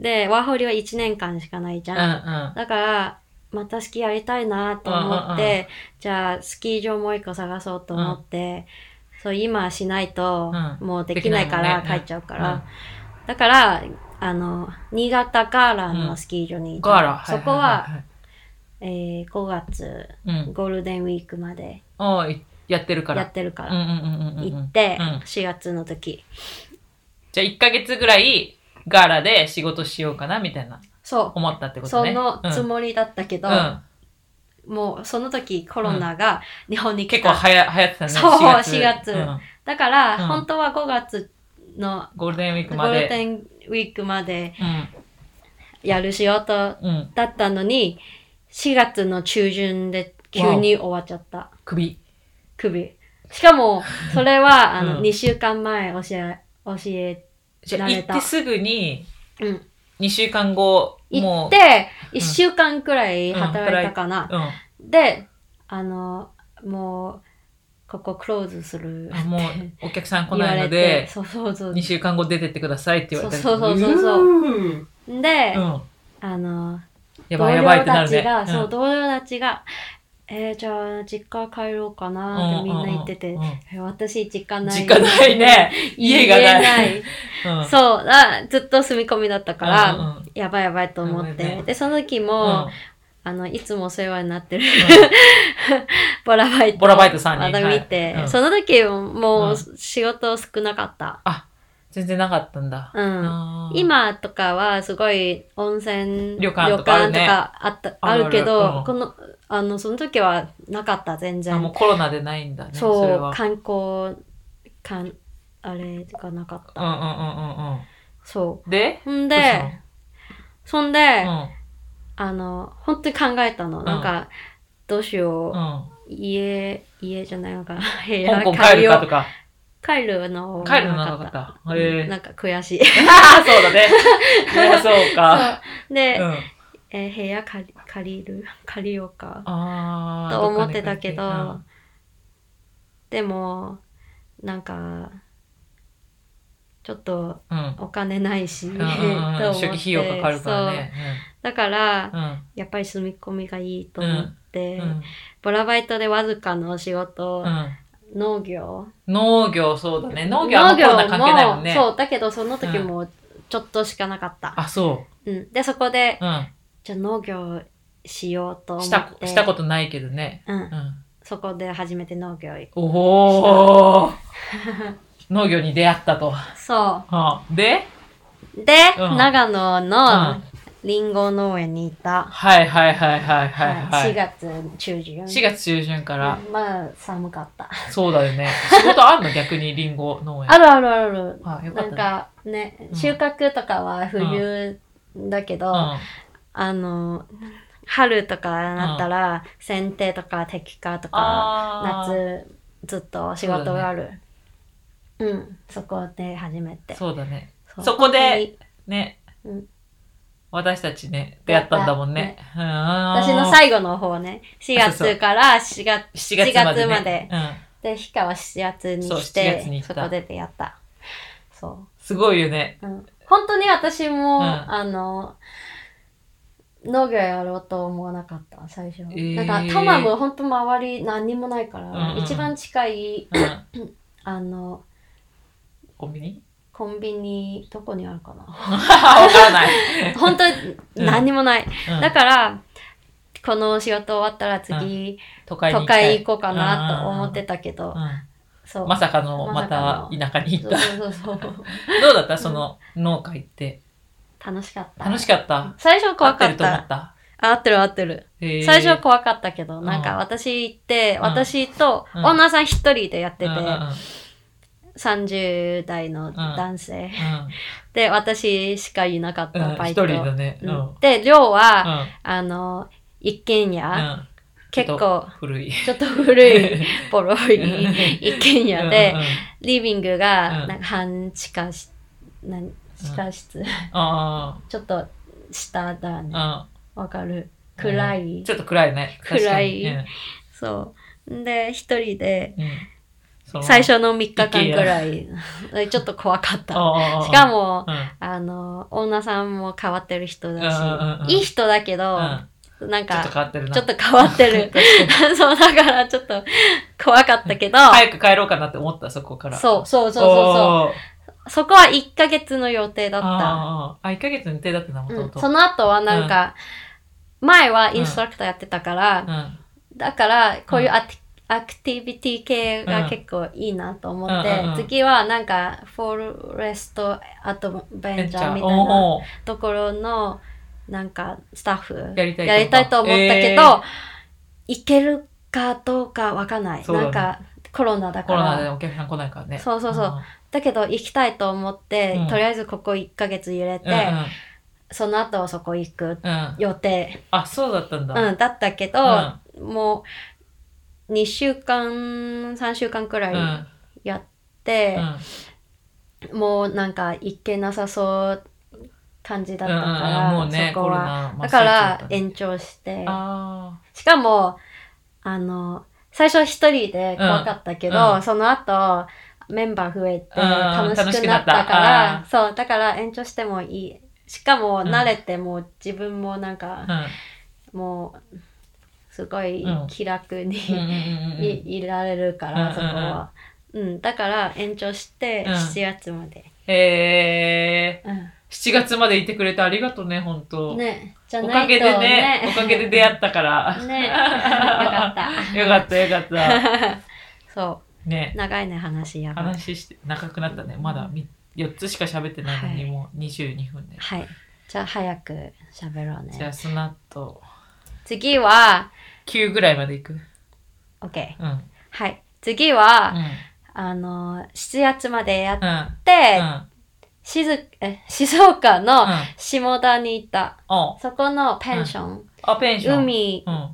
[SPEAKER 2] で、ワーホリは1年間しかないじ
[SPEAKER 1] うん、
[SPEAKER 2] ゃ。
[SPEAKER 1] うんん。
[SPEAKER 2] だから、またスキーやりたいなと思っ
[SPEAKER 1] うんうん
[SPEAKER 2] て、じゃあスキー場もう一個探そうと思って、そう、今しないと
[SPEAKER 1] う
[SPEAKER 2] もうできないか
[SPEAKER 1] できない
[SPEAKER 2] ら
[SPEAKER 1] もんね
[SPEAKER 2] 帰っちゃうか
[SPEAKER 1] うん
[SPEAKER 2] ら。だから、あの、新潟ガーラのスキー場にいた。
[SPEAKER 1] ガーラ、
[SPEAKER 2] そこは、、えー5月
[SPEAKER 1] うん。
[SPEAKER 2] ゴールデンウィークまで
[SPEAKER 1] ああ、いやってるか
[SPEAKER 2] や
[SPEAKER 1] ら
[SPEAKER 2] っ。てる
[SPEAKER 1] う
[SPEAKER 2] か
[SPEAKER 1] んうん
[SPEAKER 2] ら。
[SPEAKER 1] うんうんうん。
[SPEAKER 2] 行って、
[SPEAKER 1] うん
[SPEAKER 2] 4月の時。
[SPEAKER 1] じゃあ1ヶ月ぐらい、ガーラで仕事しようかな、みたいな、
[SPEAKER 2] そう。
[SPEAKER 1] 思ったってこと
[SPEAKER 2] そ
[SPEAKER 1] ね。
[SPEAKER 2] の
[SPEAKER 1] り
[SPEAKER 2] つもりだったけど、もうその時コロナが日本に
[SPEAKER 1] 結
[SPEAKER 2] 来た。
[SPEAKER 1] 構はや流行ってたね。
[SPEAKER 2] そう
[SPEAKER 1] 4
[SPEAKER 2] 4
[SPEAKER 1] 月
[SPEAKER 2] 月
[SPEAKER 1] うん
[SPEAKER 2] だから、
[SPEAKER 1] うん
[SPEAKER 2] 本当は5月の
[SPEAKER 1] ゴールデンウィー
[SPEAKER 2] ゴ
[SPEAKER 1] クま
[SPEAKER 2] ール
[SPEAKER 1] で。
[SPEAKER 2] デンウィークまで
[SPEAKER 1] うん。
[SPEAKER 2] やる仕事
[SPEAKER 1] うん。
[SPEAKER 2] だったのに、4月の中旬で急に終わっちゃった。
[SPEAKER 1] 首。
[SPEAKER 2] 首。しかも、それは、あの、
[SPEAKER 1] うん
[SPEAKER 2] 2週間前教え、教え、
[SPEAKER 1] じゃあ
[SPEAKER 2] 慣
[SPEAKER 1] 行
[SPEAKER 2] れ
[SPEAKER 1] ったてすぐに、
[SPEAKER 2] うん。
[SPEAKER 1] 2週間後、
[SPEAKER 2] 行
[SPEAKER 1] も
[SPEAKER 2] っ
[SPEAKER 1] う。
[SPEAKER 2] て、1週間くらい働いたかな。
[SPEAKER 1] うん。
[SPEAKER 2] で、あの、もう、ここクローズする。
[SPEAKER 1] あもう、お客さん来
[SPEAKER 2] 言わ
[SPEAKER 1] ない
[SPEAKER 2] れ
[SPEAKER 1] の
[SPEAKER 2] て、
[SPEAKER 1] で、
[SPEAKER 2] そうそうそう
[SPEAKER 1] 2。週間後出てってくださいって言われたり
[SPEAKER 2] そうそうそうそうそう
[SPEAKER 1] うん。
[SPEAKER 2] で、
[SPEAKER 1] うん
[SPEAKER 2] あの、
[SPEAKER 1] や
[SPEAKER 2] 同
[SPEAKER 1] ばいやばい
[SPEAKER 2] 僚
[SPEAKER 1] ってな
[SPEAKER 2] た
[SPEAKER 1] る
[SPEAKER 2] ち
[SPEAKER 1] ね。
[SPEAKER 2] が、
[SPEAKER 1] ん
[SPEAKER 2] そう、同僚たちが、えー、じゃあ、実家帰ろうかなってみんな言ってて、
[SPEAKER 1] うんうんうんうん
[SPEAKER 2] え私、実家ない。
[SPEAKER 1] 実家ない ね。家がない
[SPEAKER 2] ない。
[SPEAKER 1] うん
[SPEAKER 2] そうだ、ずっと住み込みだったから、
[SPEAKER 1] うんうんうん
[SPEAKER 2] やばいやばいと思っ
[SPEAKER 1] やばい
[SPEAKER 2] て
[SPEAKER 1] ね。
[SPEAKER 2] で、その時
[SPEAKER 1] うん
[SPEAKER 2] も、あの、いつもお世話になってる、 ボラバイト。
[SPEAKER 1] ボラバイトさんに
[SPEAKER 2] まだ見て、
[SPEAKER 1] はいうん
[SPEAKER 2] その時もも
[SPEAKER 1] うん
[SPEAKER 2] う仕事少なかった。
[SPEAKER 1] あ、全然なかったんだ。
[SPEAKER 2] うん。
[SPEAKER 1] あー、
[SPEAKER 2] 今とかはすごい温泉
[SPEAKER 1] 旅館とかあるね
[SPEAKER 2] 旅館とかあった
[SPEAKER 1] あ
[SPEAKER 2] あ
[SPEAKER 1] る
[SPEAKER 2] るけど
[SPEAKER 1] あるうん
[SPEAKER 2] このあのその時はなかった全
[SPEAKER 1] あもう
[SPEAKER 2] 然
[SPEAKER 1] コロナでないんだね。それ
[SPEAKER 2] そう
[SPEAKER 1] は。
[SPEAKER 2] 観光かんあれがなかっ
[SPEAKER 1] う
[SPEAKER 2] た、
[SPEAKER 1] んうんうんうんう
[SPEAKER 2] そ
[SPEAKER 1] ん。で
[SPEAKER 2] うほん
[SPEAKER 1] どうした
[SPEAKER 2] でそんで、
[SPEAKER 1] の
[SPEAKER 2] あの本当に考えたの、なんかどうしよ
[SPEAKER 1] う
[SPEAKER 2] う、
[SPEAKER 1] ん。うん。
[SPEAKER 2] 家家じゃないのか 部
[SPEAKER 1] 香
[SPEAKER 2] 屋
[SPEAKER 1] 港帰
[SPEAKER 2] 借
[SPEAKER 1] る
[SPEAKER 2] りよ
[SPEAKER 1] かと
[SPEAKER 2] う
[SPEAKER 1] か。
[SPEAKER 2] 帰るの
[SPEAKER 1] 帰るのなかった。へえ。
[SPEAKER 2] な
[SPEAKER 1] あ
[SPEAKER 2] んか悔しい
[SPEAKER 1] あー、 そう だね。いやそうか。
[SPEAKER 2] で、
[SPEAKER 1] うん。
[SPEAKER 2] えー部屋借り借りる借りようか
[SPEAKER 1] ああ。
[SPEAKER 2] と思ってたけど、
[SPEAKER 1] どっか
[SPEAKER 2] でもなんかちょっと
[SPEAKER 1] にうん。
[SPEAKER 2] お金ないし、
[SPEAKER 1] うんうんうん
[SPEAKER 2] と思って
[SPEAKER 1] 初期費用かかるからね。
[SPEAKER 2] そうだから
[SPEAKER 1] うん。うん
[SPEAKER 2] やっぱり住み込みがいいと思って、
[SPEAKER 1] うん
[SPEAKER 2] ボラバイトでわずかの仕事、
[SPEAKER 1] うん
[SPEAKER 2] 農業
[SPEAKER 1] 農業、そうだね。農業はもうコロナ関係ないもんね。
[SPEAKER 2] そうだけどその時もちょっとしかなかった、
[SPEAKER 1] あ、そ
[SPEAKER 2] うん、でそこで
[SPEAKER 1] う。う
[SPEAKER 2] じゃあ農業しようと
[SPEAKER 1] ん。
[SPEAKER 2] 思っ
[SPEAKER 1] してた、したことないけどね。
[SPEAKER 2] うん
[SPEAKER 1] う、ん。
[SPEAKER 2] そこで初めて農業行く
[SPEAKER 1] お お農業に出会ったと。は
[SPEAKER 2] そう
[SPEAKER 1] あで、
[SPEAKER 2] で、
[SPEAKER 1] うん
[SPEAKER 2] 長野
[SPEAKER 1] う
[SPEAKER 2] の
[SPEAKER 1] ん
[SPEAKER 2] リンゴ農園に行った、
[SPEAKER 1] はいはいはいはいはいはい。
[SPEAKER 2] 4月中旬
[SPEAKER 1] 4月中旬から、
[SPEAKER 2] まあ寒かった
[SPEAKER 1] そうだよね。仕事あんの 逆にリンゴ農園。
[SPEAKER 2] あるあるある
[SPEAKER 1] あ、よか
[SPEAKER 2] な
[SPEAKER 1] った
[SPEAKER 2] ん
[SPEAKER 1] ね。
[SPEAKER 2] かね
[SPEAKER 1] うん
[SPEAKER 2] 収穫とかは冬だけど、あの春とかなったら剪定とか摘果とか
[SPEAKER 1] あー
[SPEAKER 2] 夏ずっと仕事があるう,、んそこで初めて
[SPEAKER 1] そうだね。
[SPEAKER 2] そう
[SPEAKER 1] そこで
[SPEAKER 2] 本当に
[SPEAKER 1] ね
[SPEAKER 2] うん。
[SPEAKER 1] 私たちね、出会ったんだもんね。私
[SPEAKER 2] 私の最後の方ね4
[SPEAKER 1] そうそう
[SPEAKER 2] 月から4月
[SPEAKER 1] 7月までね。
[SPEAKER 2] 7月まで
[SPEAKER 1] うん。
[SPEAKER 2] で、ヒカは7月にし
[SPEAKER 1] そう7
[SPEAKER 2] て
[SPEAKER 1] 月に行っ、
[SPEAKER 2] そ
[SPEAKER 1] た
[SPEAKER 2] こで出会った。そ
[SPEAKER 1] すごいよね。
[SPEAKER 2] う。うん、本当に私も、
[SPEAKER 1] うん
[SPEAKER 2] あの、農業やろうと思わなかった、最初。
[SPEAKER 1] ー
[SPEAKER 2] なんか、タマム、本当周り何にもないか
[SPEAKER 1] う
[SPEAKER 2] ら、
[SPEAKER 1] んうん
[SPEAKER 2] 一番近い、
[SPEAKER 1] うん。
[SPEAKER 2] あの、
[SPEAKER 1] コンビニ
[SPEAKER 2] コンビニ、どこにあるかな。
[SPEAKER 1] わからない。
[SPEAKER 2] 本当に何にもない。
[SPEAKER 1] うん
[SPEAKER 2] だから、この仕事終わったら次、
[SPEAKER 1] 都会に
[SPEAKER 2] 都
[SPEAKER 1] 行きたい
[SPEAKER 2] 会行こうかなと思ってたけど、
[SPEAKER 1] う
[SPEAKER 2] そ
[SPEAKER 1] ん
[SPEAKER 2] う。
[SPEAKER 1] まさかの
[SPEAKER 2] ま
[SPEAKER 1] ま
[SPEAKER 2] さか
[SPEAKER 1] た
[SPEAKER 2] の
[SPEAKER 1] 田舎に行っ
[SPEAKER 2] そう
[SPEAKER 1] た
[SPEAKER 2] そうそうそう。
[SPEAKER 1] どうだったその農家行って
[SPEAKER 2] 楽しかった。
[SPEAKER 1] 楽しかった
[SPEAKER 2] 最初怖か
[SPEAKER 1] 合
[SPEAKER 2] っ
[SPEAKER 1] る
[SPEAKER 2] て
[SPEAKER 1] と思
[SPEAKER 2] た
[SPEAKER 1] っ。た
[SPEAKER 2] あ合ってる合ってる。
[SPEAKER 1] へー
[SPEAKER 2] 最初は怖かったけど、
[SPEAKER 1] ん
[SPEAKER 2] なんか私行って、
[SPEAKER 1] うん
[SPEAKER 2] 私と
[SPEAKER 1] うん
[SPEAKER 2] オーナーさん一人でやってて、
[SPEAKER 1] うんうんうん
[SPEAKER 2] 30代の男性、
[SPEAKER 1] う
[SPEAKER 2] で私しかいなかっ
[SPEAKER 1] ん。
[SPEAKER 2] た
[SPEAKER 1] うん。
[SPEAKER 2] バ
[SPEAKER 1] 一
[SPEAKER 2] イト、
[SPEAKER 1] 人だね。うん。う
[SPEAKER 2] うん
[SPEAKER 1] ん。
[SPEAKER 2] で亮は、あの一軒家、結
[SPEAKER 1] ちょっ
[SPEAKER 2] 構
[SPEAKER 1] と古い。
[SPEAKER 2] ちょっと古 いボロい一軒家で、
[SPEAKER 1] うんうん
[SPEAKER 2] リビングが
[SPEAKER 1] うん
[SPEAKER 2] なんか半地下し、なん地下室、
[SPEAKER 1] あ
[SPEAKER 2] ちょっと下だね
[SPEAKER 1] あ、
[SPEAKER 2] わかる
[SPEAKER 1] うん
[SPEAKER 2] 暗
[SPEAKER 1] うん
[SPEAKER 2] い
[SPEAKER 1] ちょっと暗いね。
[SPEAKER 2] 暗い
[SPEAKER 1] 確かにうん
[SPEAKER 2] そうで一人で
[SPEAKER 1] うんその
[SPEAKER 2] 最初の3日間くらい ちょっと怖かった
[SPEAKER 1] ああ
[SPEAKER 2] しかも
[SPEAKER 1] うん
[SPEAKER 2] あの女さんも変わってる人
[SPEAKER 1] うんうんうんう
[SPEAKER 2] だ
[SPEAKER 1] ん
[SPEAKER 2] しいい人だけど、
[SPEAKER 1] うん
[SPEAKER 2] なん
[SPEAKER 1] ちょっと
[SPEAKER 2] か
[SPEAKER 1] 変わってるな。
[SPEAKER 2] ちょっと変わって る そうだからちょっと怖かったけど、
[SPEAKER 1] 早く帰ろうかなって思った、そこから。
[SPEAKER 2] そうそうそうそうそ
[SPEAKER 1] おー
[SPEAKER 2] うそこは1ヶ月の予定だった
[SPEAKER 1] あーあー、1ヶ月の予定だったな、もと
[SPEAKER 2] う
[SPEAKER 1] も
[SPEAKER 2] ん、
[SPEAKER 1] と。
[SPEAKER 2] その後はなんか、前はインストラクターやってたから、
[SPEAKER 1] うん
[SPEAKER 2] だからこういうアティアクティビティ系が結構いいなと思って、
[SPEAKER 1] うんうんうん
[SPEAKER 2] 次はなんかフォレストアドベンチャーみたいな
[SPEAKER 1] おー
[SPEAKER 2] ところのなんかスタッフ
[SPEAKER 1] やりたいと思った
[SPEAKER 2] と思ったけど、行けるかどうかわかんない、
[SPEAKER 1] そうだね
[SPEAKER 2] なんかコロナだ
[SPEAKER 1] コ
[SPEAKER 2] か
[SPEAKER 1] ロナで
[SPEAKER 2] ら
[SPEAKER 1] お客さん来ないからね。
[SPEAKER 2] そうそうそうだけど行きたいと思って、
[SPEAKER 1] うん
[SPEAKER 2] とりあえずここ1ヶ月入れて、
[SPEAKER 1] うんうん
[SPEAKER 2] その後そこ行く
[SPEAKER 1] うんうん
[SPEAKER 2] 予定、
[SPEAKER 1] あ、そうだったんだ。
[SPEAKER 2] うん、だったけど、もう2週間3週間く
[SPEAKER 1] う
[SPEAKER 2] ら
[SPEAKER 1] ん
[SPEAKER 2] いやって
[SPEAKER 1] う、ん
[SPEAKER 2] もうなんか行けなさそう感じだったから、
[SPEAKER 1] うんうんうんもうね、
[SPEAKER 2] そ
[SPEAKER 1] コ
[SPEAKER 2] こ
[SPEAKER 1] ロ
[SPEAKER 2] は
[SPEAKER 1] ナ真っ
[SPEAKER 2] だ
[SPEAKER 1] 最
[SPEAKER 2] か
[SPEAKER 1] 中
[SPEAKER 2] ら
[SPEAKER 1] ったね
[SPEAKER 2] 延長して
[SPEAKER 1] あ
[SPEAKER 2] しかもあの最初一人で怖かったけど、
[SPEAKER 1] うんうん
[SPEAKER 2] その後メンバー増えて
[SPEAKER 1] うんうん
[SPEAKER 2] 楽しくなったから、
[SPEAKER 1] 楽
[SPEAKER 2] そうだから延長してもいいしかも
[SPEAKER 1] うん
[SPEAKER 2] 慣れてもう自分もなんか、
[SPEAKER 1] あ。
[SPEAKER 2] もうすごい
[SPEAKER 1] うん
[SPEAKER 2] 気楽
[SPEAKER 1] うんうんう
[SPEAKER 2] に、
[SPEAKER 1] んうんうん
[SPEAKER 2] いいられるか
[SPEAKER 1] うん
[SPEAKER 2] らそこは、うん、だから延長して
[SPEAKER 1] うん
[SPEAKER 2] 7月まで、
[SPEAKER 1] へえ
[SPEAKER 2] うん
[SPEAKER 1] ー、7月までいてくれてありがとうね、本当。
[SPEAKER 2] ねじゃ
[SPEAKER 1] お
[SPEAKER 2] な
[SPEAKER 1] か
[SPEAKER 2] い
[SPEAKER 1] げ
[SPEAKER 2] と
[SPEAKER 1] でね、 おかげで出会ったから。
[SPEAKER 2] ねよかった
[SPEAKER 1] よかった、よかった。
[SPEAKER 2] そ
[SPEAKER 1] ね
[SPEAKER 2] う、長いね話やばい
[SPEAKER 1] 話して、長くなったね。まだみ4つしか喋ってないのに、もう22分で。
[SPEAKER 2] はいじゃあ早く喋ろう
[SPEAKER 1] じゃあ、
[SPEAKER 2] ね
[SPEAKER 1] その後、
[SPEAKER 2] 次は
[SPEAKER 1] 9ぐらいまで行く。
[SPEAKER 2] OK
[SPEAKER 1] うん。うん。
[SPEAKER 2] はい次は、
[SPEAKER 1] うん。
[SPEAKER 2] あの7月までや
[SPEAKER 1] う
[SPEAKER 2] っ
[SPEAKER 1] ん。
[SPEAKER 2] て、
[SPEAKER 1] うん。
[SPEAKER 2] 静え静岡の下田に行った、
[SPEAKER 1] お
[SPEAKER 2] そこのペンション、
[SPEAKER 1] あ、ペンション。
[SPEAKER 2] 海
[SPEAKER 1] うん。うん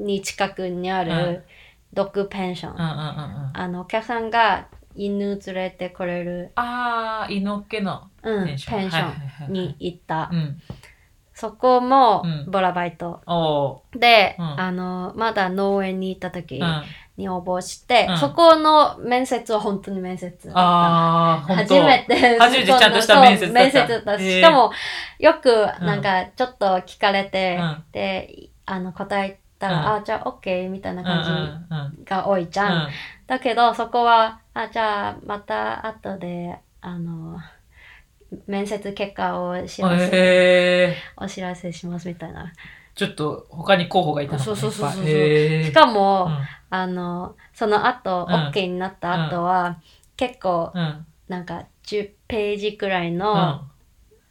[SPEAKER 2] に近くにあ
[SPEAKER 1] うん
[SPEAKER 2] るドッグペンション、
[SPEAKER 1] うんうんうん。
[SPEAKER 2] あのお客さんが犬連れてこれる、
[SPEAKER 1] あー、犬っけの
[SPEAKER 2] う
[SPEAKER 1] ペ
[SPEAKER 2] ん、ペ
[SPEAKER 1] ン
[SPEAKER 2] ン
[SPEAKER 1] シ
[SPEAKER 2] シ
[SPEAKER 1] ョン。はい
[SPEAKER 2] ョ
[SPEAKER 1] はいはいは
[SPEAKER 2] ン
[SPEAKER 1] い
[SPEAKER 2] に。行った、
[SPEAKER 1] うん。
[SPEAKER 2] そこも
[SPEAKER 1] うん
[SPEAKER 2] ボラバイト、
[SPEAKER 1] おー。
[SPEAKER 2] で、
[SPEAKER 1] うん
[SPEAKER 2] あのまだ農園に行った時
[SPEAKER 1] うん。
[SPEAKER 2] に応募して、
[SPEAKER 1] うん
[SPEAKER 2] そこの面接は本当に面接
[SPEAKER 1] あー、ほん
[SPEAKER 2] 初
[SPEAKER 1] と。
[SPEAKER 2] めて、
[SPEAKER 1] 初めてちゃんとした面接だった
[SPEAKER 2] そう面接だった
[SPEAKER 1] へー
[SPEAKER 2] しかも、よく、なんか、ちょっと聞かれて、
[SPEAKER 1] うん
[SPEAKER 2] で、あの、答えたら、
[SPEAKER 1] う
[SPEAKER 2] あ、じゃあ、OK、みたいな
[SPEAKER 1] うん
[SPEAKER 2] 感
[SPEAKER 1] うんうん。
[SPEAKER 2] じが多いじゃん。
[SPEAKER 1] うん
[SPEAKER 2] だけど、そこは、あ、じゃあ、また後で、あの、面接結果をお知らせ、
[SPEAKER 1] へえ
[SPEAKER 2] お知らせしますみたいな。
[SPEAKER 1] ちょっと他に候補がいたのかな
[SPEAKER 2] そうそうそうそ
[SPEAKER 1] いっ
[SPEAKER 2] う
[SPEAKER 1] ぱいへー
[SPEAKER 2] しかも、
[SPEAKER 1] うん
[SPEAKER 2] あの、その後、
[SPEAKER 1] うん
[SPEAKER 2] OK になった後は、結構、
[SPEAKER 1] うん
[SPEAKER 2] なんか、10ページくらいの、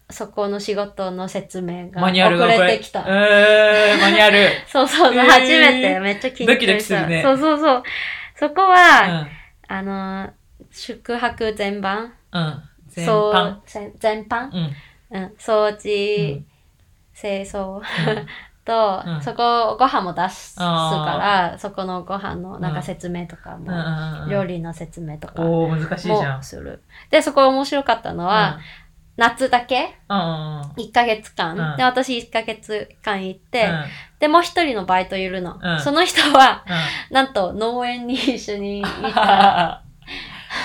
[SPEAKER 1] う
[SPEAKER 2] そこの仕事の説明
[SPEAKER 1] ん
[SPEAKER 2] が
[SPEAKER 1] マニュアルが
[SPEAKER 2] 遅
[SPEAKER 1] こ
[SPEAKER 2] れ
[SPEAKER 1] れ
[SPEAKER 2] てきた。
[SPEAKER 1] えーマニュアル
[SPEAKER 2] そうそうそう、
[SPEAKER 1] えー
[SPEAKER 2] 初めてめっちゃ緊張した。
[SPEAKER 1] ドキドキするね
[SPEAKER 2] そうそうそう。そこ
[SPEAKER 1] う
[SPEAKER 2] は、
[SPEAKER 1] ん
[SPEAKER 2] あのー、宿泊全般
[SPEAKER 1] うん全
[SPEAKER 2] そう
[SPEAKER 1] 般
[SPEAKER 2] 全全般、
[SPEAKER 1] うん
[SPEAKER 2] うん、掃
[SPEAKER 1] う
[SPEAKER 2] 除
[SPEAKER 1] ん、
[SPEAKER 2] 清掃
[SPEAKER 1] う ん
[SPEAKER 2] と、
[SPEAKER 1] うん
[SPEAKER 2] そこご飯も出すから、そこのご飯のなん
[SPEAKER 1] うん
[SPEAKER 2] か説明とか
[SPEAKER 1] うん
[SPEAKER 2] も、
[SPEAKER 1] うんうん
[SPEAKER 2] 料理の説明とかも
[SPEAKER 1] おお難しいじゃん
[SPEAKER 2] する。で、そこ面白かったのは、夏だけ
[SPEAKER 1] うんうんうん
[SPEAKER 2] 1ヶ月間、
[SPEAKER 1] うん
[SPEAKER 2] で私1ヶ月間行って、
[SPEAKER 1] うん
[SPEAKER 2] でもう一人のバイトいるの、
[SPEAKER 1] うん
[SPEAKER 2] その人は
[SPEAKER 1] うん
[SPEAKER 2] なんと農園に一緒 にいた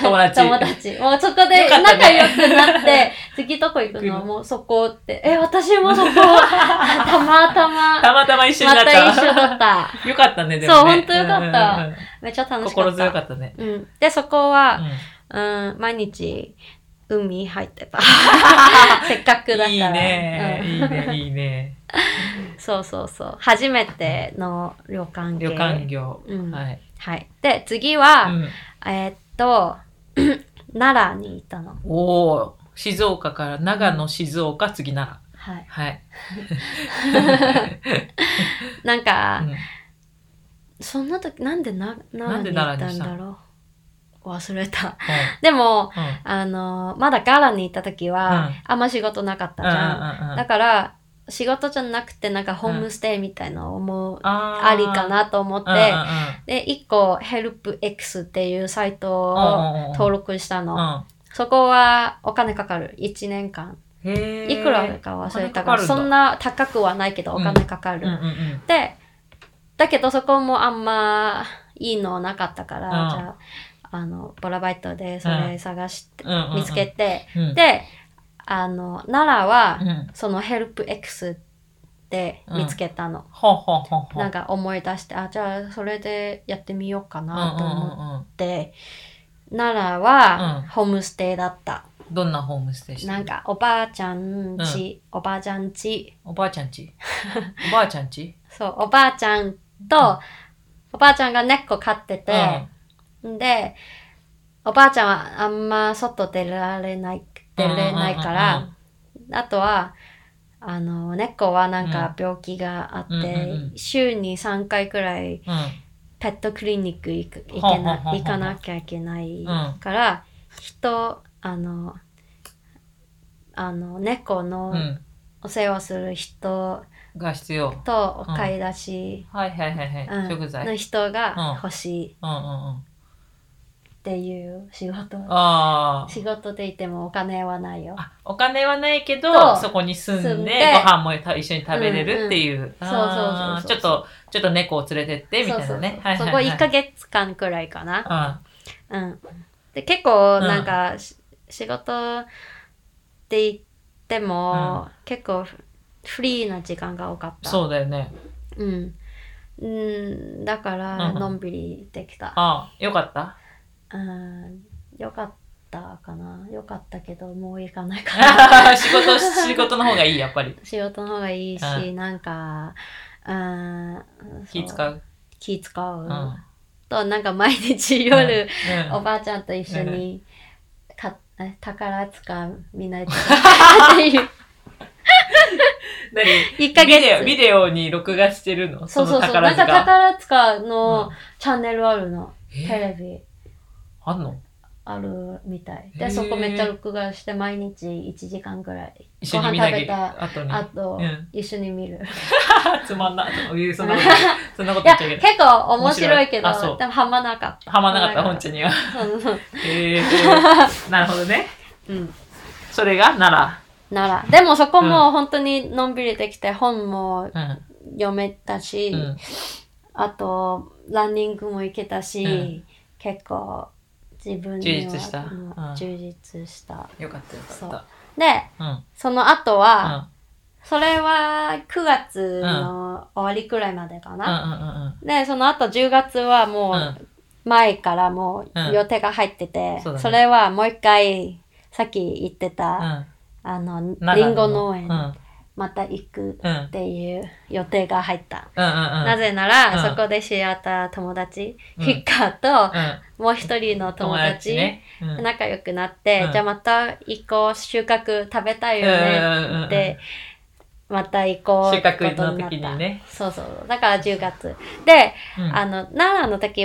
[SPEAKER 1] 友達
[SPEAKER 2] 友達もうそこで
[SPEAKER 1] よかったね
[SPEAKER 2] 仲良くなって 次どこ行
[SPEAKER 1] 行
[SPEAKER 2] く
[SPEAKER 1] くの
[SPEAKER 2] のもうそこってえ私 もそこたまたま
[SPEAKER 1] たまたま一緒にな
[SPEAKER 2] ま
[SPEAKER 1] った
[SPEAKER 2] た一緒だ った
[SPEAKER 1] よかったねでも
[SPEAKER 2] そう
[SPEAKER 1] ね
[SPEAKER 2] ほんとよかった
[SPEAKER 1] うんうんうん
[SPEAKER 2] めっちゃ楽しかった
[SPEAKER 1] 心強かったね
[SPEAKER 2] うん、でそこ
[SPEAKER 1] う
[SPEAKER 2] は、
[SPEAKER 1] ん
[SPEAKER 2] うん、毎日海入っ てたせっかくだから
[SPEAKER 1] いいね
[SPEAKER 2] うん
[SPEAKER 1] いいねいいね
[SPEAKER 2] そうそうそう初めての旅館系
[SPEAKER 1] 旅館業
[SPEAKER 2] うん
[SPEAKER 1] はい
[SPEAKER 2] はいで次は、
[SPEAKER 1] うん
[SPEAKER 2] えーっと 奈良に行ったの
[SPEAKER 1] おお静岡から長野静岡次奈
[SPEAKER 2] はい
[SPEAKER 1] 良はい
[SPEAKER 2] なんか、
[SPEAKER 1] うん
[SPEAKER 2] そんな時なんでな
[SPEAKER 1] なん
[SPEAKER 2] 奈
[SPEAKER 1] で
[SPEAKER 2] 良に行った
[SPEAKER 1] 奈良に
[SPEAKER 2] ん
[SPEAKER 1] したの
[SPEAKER 2] だろう忘れた。
[SPEAKER 1] うん
[SPEAKER 2] でも、
[SPEAKER 1] うん
[SPEAKER 2] あの、まだガラに行った時は、
[SPEAKER 1] うん
[SPEAKER 2] あんま仕事なかったじゃん。
[SPEAKER 1] うんうんうん
[SPEAKER 2] だから、仕事じゃなくて、なんかホームステイみたいなのをもう、
[SPEAKER 1] あー
[SPEAKER 2] ありかなと思って、
[SPEAKER 1] うんうんうん
[SPEAKER 2] で、一個、HelpX っていうサイト
[SPEAKER 1] うんうんう
[SPEAKER 2] を
[SPEAKER 1] ん
[SPEAKER 2] 登録したの。
[SPEAKER 1] うん
[SPEAKER 2] そこはお金かかる。1年間。
[SPEAKER 1] へ
[SPEAKER 2] い
[SPEAKER 1] ー
[SPEAKER 2] くらか忘れた
[SPEAKER 1] お金かか
[SPEAKER 2] から、
[SPEAKER 1] るんだ
[SPEAKER 2] そんな高くはないけどお金かか
[SPEAKER 1] うん
[SPEAKER 2] る。
[SPEAKER 1] うんうん
[SPEAKER 2] で、だけどそこもあんまいいのなかったから、
[SPEAKER 1] うん
[SPEAKER 2] じゃあ、あの、ボラバイトでそれ探して、
[SPEAKER 1] うんうんうん
[SPEAKER 2] 見つけて、
[SPEAKER 1] うん
[SPEAKER 2] で、あの、奈良は、
[SPEAKER 1] うん
[SPEAKER 2] そのヘルプ X で見つけたの。
[SPEAKER 1] ほうほうほうほう
[SPEAKER 2] なんか思い出して、あ、じゃあそれでやってみようか
[SPEAKER 1] う
[SPEAKER 2] なと思っ
[SPEAKER 1] んうんうん
[SPEAKER 2] て、奈良は
[SPEAKER 1] うん
[SPEAKER 2] ホームステイだった。
[SPEAKER 1] うんどんなホームステイしてる
[SPEAKER 2] なんかおばあちゃんち、おばあちゃんち、
[SPEAKER 1] おばあちゃん ちおばあちゃんち
[SPEAKER 2] そう、おばあちゃんと、おばあちゃんが猫飼ってて、んで、おばあちゃんはあんま外出られない、出れないから、
[SPEAKER 1] うんうん
[SPEAKER 2] あとは、あの、猫はなんか病気があって、
[SPEAKER 1] うんうんうん
[SPEAKER 2] 週に3回くらい
[SPEAKER 1] うんうん
[SPEAKER 2] ペットクリニック行く行け
[SPEAKER 1] はあはあはあ
[SPEAKER 2] な
[SPEAKER 1] はあ
[SPEAKER 2] 行かなきゃいけない
[SPEAKER 1] うん
[SPEAKER 2] から、人、あの、あの、猫の
[SPEAKER 1] うん
[SPEAKER 2] お世話する人
[SPEAKER 1] が必要
[SPEAKER 2] とお買い出し、
[SPEAKER 1] はいはいはい
[SPEAKER 2] うん
[SPEAKER 1] はい食材
[SPEAKER 2] の人が欲しいっ
[SPEAKER 1] うんうんうん
[SPEAKER 2] ていう仕事。
[SPEAKER 1] あー
[SPEAKER 2] 仕事でいてもお金はないよ。
[SPEAKER 1] あお金はないけ
[SPEAKER 2] そ
[SPEAKER 1] ど
[SPEAKER 2] う
[SPEAKER 1] そこに住んで
[SPEAKER 2] 住
[SPEAKER 1] ご
[SPEAKER 2] んで
[SPEAKER 1] 飯もた一緒に食べれるっていう
[SPEAKER 2] うん
[SPEAKER 1] あー
[SPEAKER 2] そうそうそうそう
[SPEAKER 1] ちょっとちょっと猫を連れてってみ
[SPEAKER 2] そう
[SPEAKER 1] たい
[SPEAKER 2] そうそ
[SPEAKER 1] な
[SPEAKER 2] う
[SPEAKER 1] ねはい
[SPEAKER 2] そ
[SPEAKER 1] はい
[SPEAKER 2] こ
[SPEAKER 1] はい
[SPEAKER 2] 1ヶ月間くらいかな。
[SPEAKER 1] う
[SPEAKER 2] うん。で、結構
[SPEAKER 1] うん
[SPEAKER 2] なんか、し仕事って言っても、結構フフリーな時間が多かっ
[SPEAKER 1] ん
[SPEAKER 2] た。
[SPEAKER 1] そうだよね
[SPEAKER 2] うん。うん、だから、
[SPEAKER 1] うん
[SPEAKER 2] のんびりできた。
[SPEAKER 1] ああよか った
[SPEAKER 2] うん、よかったかな。よかったけど、もう行かないかな。
[SPEAKER 1] 仕事、仕事の方がいい、やっぱり。
[SPEAKER 2] 仕事の方がいいし、
[SPEAKER 1] う
[SPEAKER 2] なんか、うん、
[SPEAKER 1] 気使
[SPEAKER 2] う。
[SPEAKER 1] う。
[SPEAKER 2] 気使う。
[SPEAKER 1] うん。うん
[SPEAKER 2] と、なんか毎日夜、
[SPEAKER 1] うん
[SPEAKER 2] おばあちゃんと一緒に、かえ宝塚見ない といけないっていう。
[SPEAKER 1] 何
[SPEAKER 2] 一ヶ
[SPEAKER 1] ビ
[SPEAKER 2] 月
[SPEAKER 1] デオ、ビデオに録画してるの
[SPEAKER 2] そうそうそう。
[SPEAKER 1] の宝
[SPEAKER 2] なんか
[SPEAKER 1] 塚。
[SPEAKER 2] 宝塚
[SPEAKER 1] う
[SPEAKER 2] の
[SPEAKER 1] ん
[SPEAKER 2] チャンネルあるの。
[SPEAKER 1] え
[SPEAKER 2] テレビ
[SPEAKER 1] あんの
[SPEAKER 2] あるみたい。
[SPEAKER 1] へ
[SPEAKER 2] で、
[SPEAKER 1] ー
[SPEAKER 2] そこめっちゃ録画して毎日1時間ぐらい。
[SPEAKER 1] 一緒に見なきゃい
[SPEAKER 2] ご飯
[SPEAKER 1] あとに。
[SPEAKER 2] あと
[SPEAKER 1] うん、
[SPEAKER 2] 一緒に見る。
[SPEAKER 1] つまんな。おいそんなこと、
[SPEAKER 2] い
[SPEAKER 1] そんなこと言
[SPEAKER 2] や、
[SPEAKER 1] っちゃいけ
[SPEAKER 2] 結
[SPEAKER 1] ない。
[SPEAKER 2] 構面白いけ
[SPEAKER 1] 面白いあそ
[SPEAKER 2] ど、
[SPEAKER 1] う
[SPEAKER 2] でもハマなかった。
[SPEAKER 1] はまなかった、本ちゃんには。
[SPEAKER 2] そうそう そう。
[SPEAKER 1] えー、なるほどね。
[SPEAKER 2] うん。
[SPEAKER 1] それが奈
[SPEAKER 2] なら。でもそこも本当にのんびりできて、本も
[SPEAKER 1] 良。うん。
[SPEAKER 2] 読めたし、
[SPEAKER 1] うん
[SPEAKER 2] あと、ランニングも行けたし、
[SPEAKER 1] うん
[SPEAKER 2] 結構自分に
[SPEAKER 1] 充
[SPEAKER 2] は
[SPEAKER 1] 実した
[SPEAKER 2] うん
[SPEAKER 1] うん
[SPEAKER 2] 充実した。
[SPEAKER 1] よかった、よかった。
[SPEAKER 2] で、
[SPEAKER 1] うん。うん。
[SPEAKER 2] その後は、
[SPEAKER 1] あ
[SPEAKER 2] それは9月の終わりくらいまでか
[SPEAKER 1] うんう
[SPEAKER 2] な。
[SPEAKER 1] ん
[SPEAKER 2] で、その後10月はも
[SPEAKER 1] う
[SPEAKER 2] うん前からも
[SPEAKER 1] うん
[SPEAKER 2] う予定が入ってて、
[SPEAKER 1] そうだね
[SPEAKER 2] それはもう一回、さっき言って
[SPEAKER 1] うん。
[SPEAKER 2] た、
[SPEAKER 1] うん。
[SPEAKER 2] あの、
[SPEAKER 1] 長
[SPEAKER 2] リ
[SPEAKER 1] 野
[SPEAKER 2] ンゴ農園、
[SPEAKER 1] うん。
[SPEAKER 2] また行く
[SPEAKER 1] うん。うん
[SPEAKER 2] っていう予定が入った。
[SPEAKER 1] うんうん。
[SPEAKER 2] なぜなら、
[SPEAKER 1] うん
[SPEAKER 2] そこで知り合った友達、
[SPEAKER 1] うん
[SPEAKER 2] ヒッカーと、
[SPEAKER 1] うん。
[SPEAKER 2] もう一人の友達、
[SPEAKER 1] ね。うん
[SPEAKER 2] 仲良くなって、
[SPEAKER 1] うん
[SPEAKER 2] じゃあまた行こう、収穫食べたいよ
[SPEAKER 1] うんうんうんう
[SPEAKER 2] ね
[SPEAKER 1] ん
[SPEAKER 2] って、また行こう
[SPEAKER 1] 収穫の
[SPEAKER 2] ってことになった
[SPEAKER 1] 時にね。
[SPEAKER 2] そうそう。だから10月。で、
[SPEAKER 1] うん
[SPEAKER 2] あの、奈良の時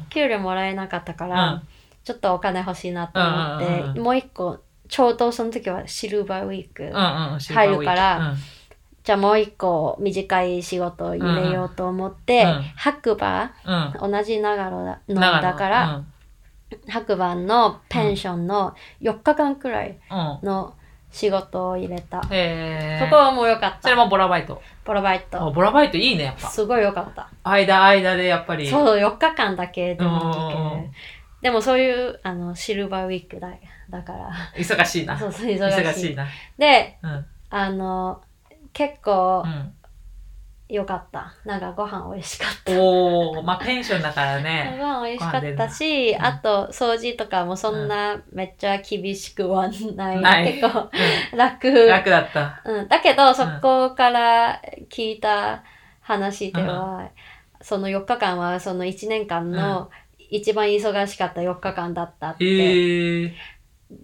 [SPEAKER 1] うん、
[SPEAKER 2] 給料もらえなかったか
[SPEAKER 1] う
[SPEAKER 2] ら
[SPEAKER 1] ん、
[SPEAKER 2] ちょっとお金欲しいなと
[SPEAKER 1] うんう
[SPEAKER 2] 思
[SPEAKER 1] ん
[SPEAKER 2] っ
[SPEAKER 1] うんう
[SPEAKER 2] て、
[SPEAKER 1] ん
[SPEAKER 2] もう一個、ちょうどその時はシルバーウィーク。
[SPEAKER 1] うんうん、
[SPEAKER 2] 入るから
[SPEAKER 1] うん
[SPEAKER 2] じゃあもう一個短い仕事を入れようと思って、
[SPEAKER 1] うんうん
[SPEAKER 2] 白馬、
[SPEAKER 1] うん。
[SPEAKER 2] 同じ長野だの
[SPEAKER 1] 長野
[SPEAKER 2] だから、、白馬のペンションの4日間くらい
[SPEAKER 1] うん。うん
[SPEAKER 2] の仕事を入れた。
[SPEAKER 1] へ
[SPEAKER 2] そ
[SPEAKER 1] ー
[SPEAKER 2] こはもう良かっ
[SPEAKER 1] それ
[SPEAKER 2] た。
[SPEAKER 1] もボラバイト。
[SPEAKER 2] ボロバイ
[SPEAKER 1] あ
[SPEAKER 2] ト。
[SPEAKER 1] ボラバイトいいね、やっぱ。
[SPEAKER 2] すごい良かった。
[SPEAKER 1] 間、間でやっぱり。う。
[SPEAKER 2] そう、4日間だけでも行け
[SPEAKER 1] う
[SPEAKER 2] る
[SPEAKER 1] ん。
[SPEAKER 2] でもそういう、あの、シルバーウィークだだから。
[SPEAKER 1] 忙しいな。
[SPEAKER 2] そううそう、忙しい。
[SPEAKER 1] 忙しいな。
[SPEAKER 2] で、
[SPEAKER 1] うん。
[SPEAKER 2] あの、結構
[SPEAKER 1] うん
[SPEAKER 2] 良かった。なんかご飯美味しかった。
[SPEAKER 1] おー、まあペンションだからね。
[SPEAKER 2] ご飯美味しかったし、
[SPEAKER 1] うん
[SPEAKER 2] あと掃除とかもそんなめっちゃ厳しくはない。
[SPEAKER 1] ない
[SPEAKER 2] 結構
[SPEAKER 1] う
[SPEAKER 2] 楽。
[SPEAKER 1] ん楽だった。
[SPEAKER 2] うん、だけどそこから聞いた話では、その4日間はその1年間の一番忙しかった4日間だったって、
[SPEAKER 1] へえ。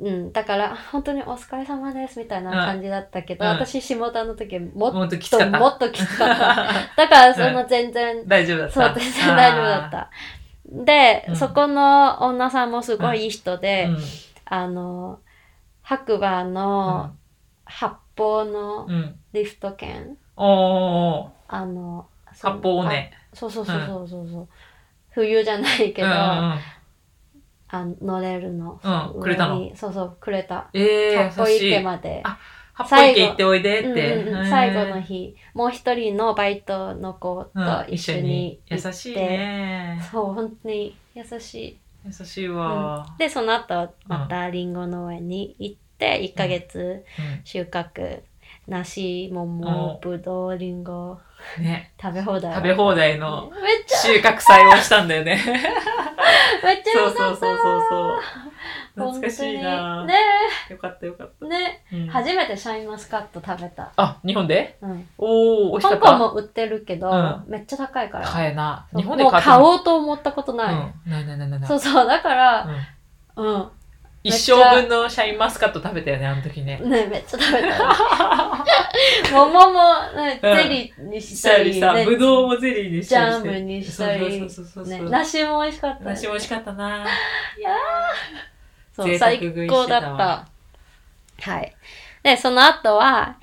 [SPEAKER 2] うん、だから本当にお疲れ様ですみたいな感じだったけど、
[SPEAKER 1] うん
[SPEAKER 2] 私下田の時もっ
[SPEAKER 1] もっときつ
[SPEAKER 2] と
[SPEAKER 1] かっ
[SPEAKER 2] も
[SPEAKER 1] た。
[SPEAKER 2] っときつかっただからその全然、
[SPEAKER 1] 大丈夫だった。
[SPEAKER 2] そう全然大丈夫だったで、
[SPEAKER 1] うん
[SPEAKER 2] そこの女さんもすごいいい人で、
[SPEAKER 1] うん
[SPEAKER 2] あの、白馬の八方の
[SPEAKER 1] うん。
[SPEAKER 2] リフト券、
[SPEAKER 1] おー、
[SPEAKER 2] あの、そ
[SPEAKER 1] 八
[SPEAKER 2] の
[SPEAKER 1] 方尾根。
[SPEAKER 2] あそうそうそうそうそうそう。冬じゃないけど、
[SPEAKER 1] うんうん
[SPEAKER 2] あ
[SPEAKER 1] うん
[SPEAKER 2] の乗れるの。
[SPEAKER 1] うんくれたの
[SPEAKER 2] 上にそうそう、くれた。
[SPEAKER 1] え
[SPEAKER 2] か
[SPEAKER 1] ー、
[SPEAKER 2] っこい
[SPEAKER 1] 優
[SPEAKER 2] い
[SPEAKER 1] し
[SPEAKER 2] 家
[SPEAKER 1] い。
[SPEAKER 2] まで。
[SPEAKER 1] 八方池行っておいでって。
[SPEAKER 2] うんうんう
[SPEAKER 1] へ
[SPEAKER 2] ん
[SPEAKER 1] ー
[SPEAKER 2] 最後の日もう一人のバイトの子と
[SPEAKER 1] うん
[SPEAKER 2] 一
[SPEAKER 1] 一緒
[SPEAKER 2] 緒
[SPEAKER 1] に
[SPEAKER 2] に。
[SPEAKER 1] 優
[SPEAKER 2] 行って
[SPEAKER 1] しいね。
[SPEAKER 2] そう本当に優しい、
[SPEAKER 1] 優しいうわ
[SPEAKER 2] ん。でその後またリンゴ農園に行って1ヶ月
[SPEAKER 1] うん
[SPEAKER 2] 収穫梨桃ぶどうりんご
[SPEAKER 1] ね、
[SPEAKER 2] 食べ放題
[SPEAKER 1] 食べ放題の
[SPEAKER 2] めっちゃ
[SPEAKER 1] 収穫祭をしたんだよね。
[SPEAKER 2] めっちゃ
[SPEAKER 1] そう
[SPEAKER 2] よ
[SPEAKER 1] そ
[SPEAKER 2] か
[SPEAKER 1] うそう
[SPEAKER 2] った
[SPEAKER 1] そうそう。懐かしいな
[SPEAKER 2] 本当にね
[SPEAKER 1] よかったよかっ
[SPEAKER 2] えね
[SPEAKER 1] た。う
[SPEAKER 2] え
[SPEAKER 1] ん
[SPEAKER 2] 初めてシャインマスカット食べた、
[SPEAKER 1] あ、日本で
[SPEAKER 2] うん、
[SPEAKER 1] おー、美味しか
[SPEAKER 2] 香
[SPEAKER 1] っ
[SPEAKER 2] 港
[SPEAKER 1] た。
[SPEAKER 2] も売ってるけど、
[SPEAKER 1] うん
[SPEAKER 2] めっちゃ高いから
[SPEAKER 1] 買えな。
[SPEAKER 2] そう
[SPEAKER 1] 日本で
[SPEAKER 2] もう
[SPEAKER 1] 買って
[SPEAKER 2] 買
[SPEAKER 1] も
[SPEAKER 2] おうと思ったことない、
[SPEAKER 1] うんないないないないない
[SPEAKER 2] そうそう、だから、
[SPEAKER 1] うん
[SPEAKER 2] うん。
[SPEAKER 1] 一生分のシャインマスカット食べたよね、あの時 ね。
[SPEAKER 2] ね、めっちゃ食べた。桃も、ね、ゼ
[SPEAKER 1] うん
[SPEAKER 2] リーにし
[SPEAKER 1] したた
[SPEAKER 2] り、
[SPEAKER 1] りさ、
[SPEAKER 2] ね
[SPEAKER 1] ぶどうもゼリーにし
[SPEAKER 2] ジ
[SPEAKER 1] たり
[SPEAKER 2] ャ
[SPEAKER 1] して。
[SPEAKER 2] ムにしたり、
[SPEAKER 1] そうそうそうそうそう。
[SPEAKER 2] ね、梨も美味しかった、ね。
[SPEAKER 1] 梨も美味しかった な。
[SPEAKER 2] そう、
[SPEAKER 1] 贅沢
[SPEAKER 2] 最
[SPEAKER 1] 食いしてたわ
[SPEAKER 2] 高だった。はい。で、その後は、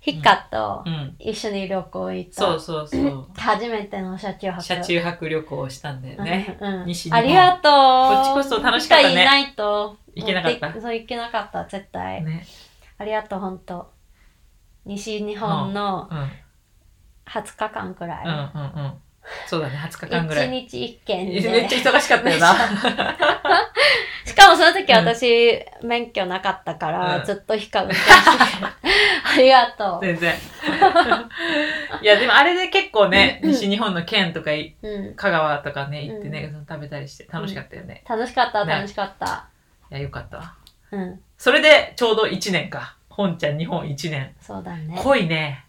[SPEAKER 2] ヒカと
[SPEAKER 1] うん。
[SPEAKER 2] 一緒に旅行行った。
[SPEAKER 1] そうそう そう。
[SPEAKER 2] 初めての車中泊。
[SPEAKER 1] 車中泊旅行をしたんだよね。
[SPEAKER 2] うん、うん
[SPEAKER 1] 西日本
[SPEAKER 2] ありがとう。
[SPEAKER 1] こっちこそ楽しかったね
[SPEAKER 2] いないと。
[SPEAKER 1] 行けなかった
[SPEAKER 2] 持てそう、行けなかった、絶対。
[SPEAKER 1] ね。
[SPEAKER 2] ありがとう、ほんと。西日本の
[SPEAKER 1] うん。うん
[SPEAKER 2] 20日間くらい。
[SPEAKER 1] うんうん。そうだね、20日間ぐらい。
[SPEAKER 2] 1日1件
[SPEAKER 1] めっ
[SPEAKER 2] で
[SPEAKER 1] ち。ゃ忙しかったよな。
[SPEAKER 2] しかもその時私、免許なかったから、
[SPEAKER 1] うん
[SPEAKER 2] ずっと日か運 転してたありがと
[SPEAKER 1] 全然。 いや、でもあれで結構ね、西日本の県とかい、
[SPEAKER 2] う。うん。
[SPEAKER 1] 香川とかね、行ってね、うどん食べたりして楽しかったよね。
[SPEAKER 2] 楽しかった、
[SPEAKER 1] ね
[SPEAKER 2] 楽しかった。
[SPEAKER 1] いや、よかったわ。
[SPEAKER 2] うん。
[SPEAKER 1] それでちょうど1年か。本ちゃん日本1年。
[SPEAKER 2] そうだね。
[SPEAKER 1] 濃いね。
[SPEAKER 2] うん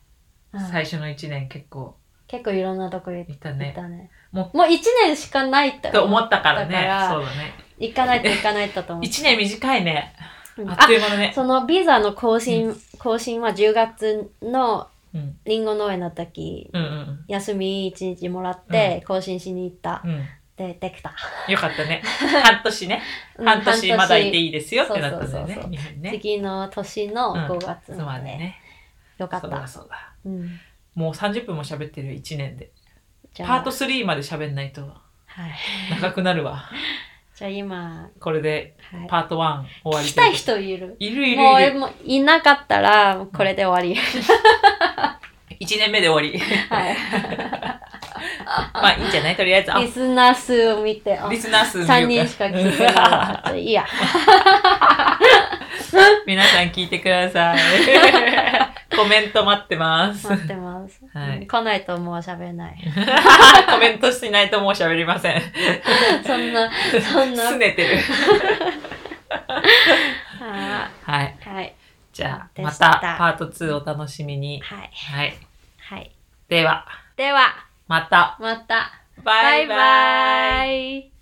[SPEAKER 1] 最初の1年結構
[SPEAKER 2] 結構いろんなとこ行っ
[SPEAKER 1] 行った
[SPEAKER 2] たね。
[SPEAKER 1] ね。
[SPEAKER 2] も
[SPEAKER 1] も
[SPEAKER 2] う1年しかないって
[SPEAKER 1] と思ったから
[SPEAKER 2] だか
[SPEAKER 1] ね
[SPEAKER 2] ら。
[SPEAKER 1] そうだね。
[SPEAKER 2] 行かないと行かないとと思っ
[SPEAKER 1] 1
[SPEAKER 2] て。
[SPEAKER 1] 年短いね。
[SPEAKER 2] うん
[SPEAKER 1] あっ
[SPEAKER 2] あ
[SPEAKER 1] という間だね。
[SPEAKER 2] そのビザの更新、更新は10月の
[SPEAKER 1] うん。
[SPEAKER 2] リンゴ農園の時、
[SPEAKER 1] うんうん
[SPEAKER 2] 休み1日もらって更新しに行った。
[SPEAKER 1] うん。
[SPEAKER 2] で、できた。
[SPEAKER 1] よかった ね。半年ね。
[SPEAKER 2] うん
[SPEAKER 1] 半年まだいていいですよってなったんだよ
[SPEAKER 2] そうそうそ
[SPEAKER 1] ね
[SPEAKER 2] うそ。う
[SPEAKER 1] 日本ね。
[SPEAKER 2] 次の年の5月
[SPEAKER 1] そう
[SPEAKER 2] ま
[SPEAKER 1] だ
[SPEAKER 2] で、
[SPEAKER 1] ね。
[SPEAKER 2] よかっ
[SPEAKER 1] そうだ
[SPEAKER 2] た。
[SPEAKER 1] そうだ。
[SPEAKER 2] うん、
[SPEAKER 1] もう30分も喋ってる1年で。
[SPEAKER 2] じ
[SPEAKER 1] パ
[SPEAKER 2] ゃあ
[SPEAKER 1] ート3まで喋んないと
[SPEAKER 2] はい。
[SPEAKER 1] 長くなるわ。
[SPEAKER 2] じゃあ今、
[SPEAKER 1] これで
[SPEAKER 2] はい、
[SPEAKER 1] パート1終わ
[SPEAKER 2] 聞
[SPEAKER 1] り
[SPEAKER 2] きたい人いる
[SPEAKER 1] いるいる
[SPEAKER 2] もう
[SPEAKER 1] い
[SPEAKER 2] え
[SPEAKER 1] る。
[SPEAKER 2] もういなかったら、もうこれで終わり。
[SPEAKER 1] 1年目で終わ り。
[SPEAKER 2] はい。
[SPEAKER 1] まあいいんじゃないとりあえず。あ
[SPEAKER 2] リスナー数を見て、あ
[SPEAKER 1] リスナー数見よう
[SPEAKER 2] 3人しか聞いてないから。い いや。
[SPEAKER 1] 皆さん聞いてくだ さい。コメント待ってます。
[SPEAKER 2] 待ってます。
[SPEAKER 1] はい
[SPEAKER 2] うん来ないともう喋れない。
[SPEAKER 1] コメントしないともう喋りません。
[SPEAKER 2] そんな、そんな
[SPEAKER 1] す。ねてる。
[SPEAKER 2] あ
[SPEAKER 1] はい。
[SPEAKER 2] ーはい。
[SPEAKER 1] じゃあ、
[SPEAKER 2] で
[SPEAKER 1] ま
[SPEAKER 2] した
[SPEAKER 1] たパート2お楽しみに。
[SPEAKER 2] はい。
[SPEAKER 1] はい。
[SPEAKER 2] はい。
[SPEAKER 1] では、
[SPEAKER 2] では、
[SPEAKER 1] また。
[SPEAKER 2] また。
[SPEAKER 1] バイバイ。
[SPEAKER 2] イ。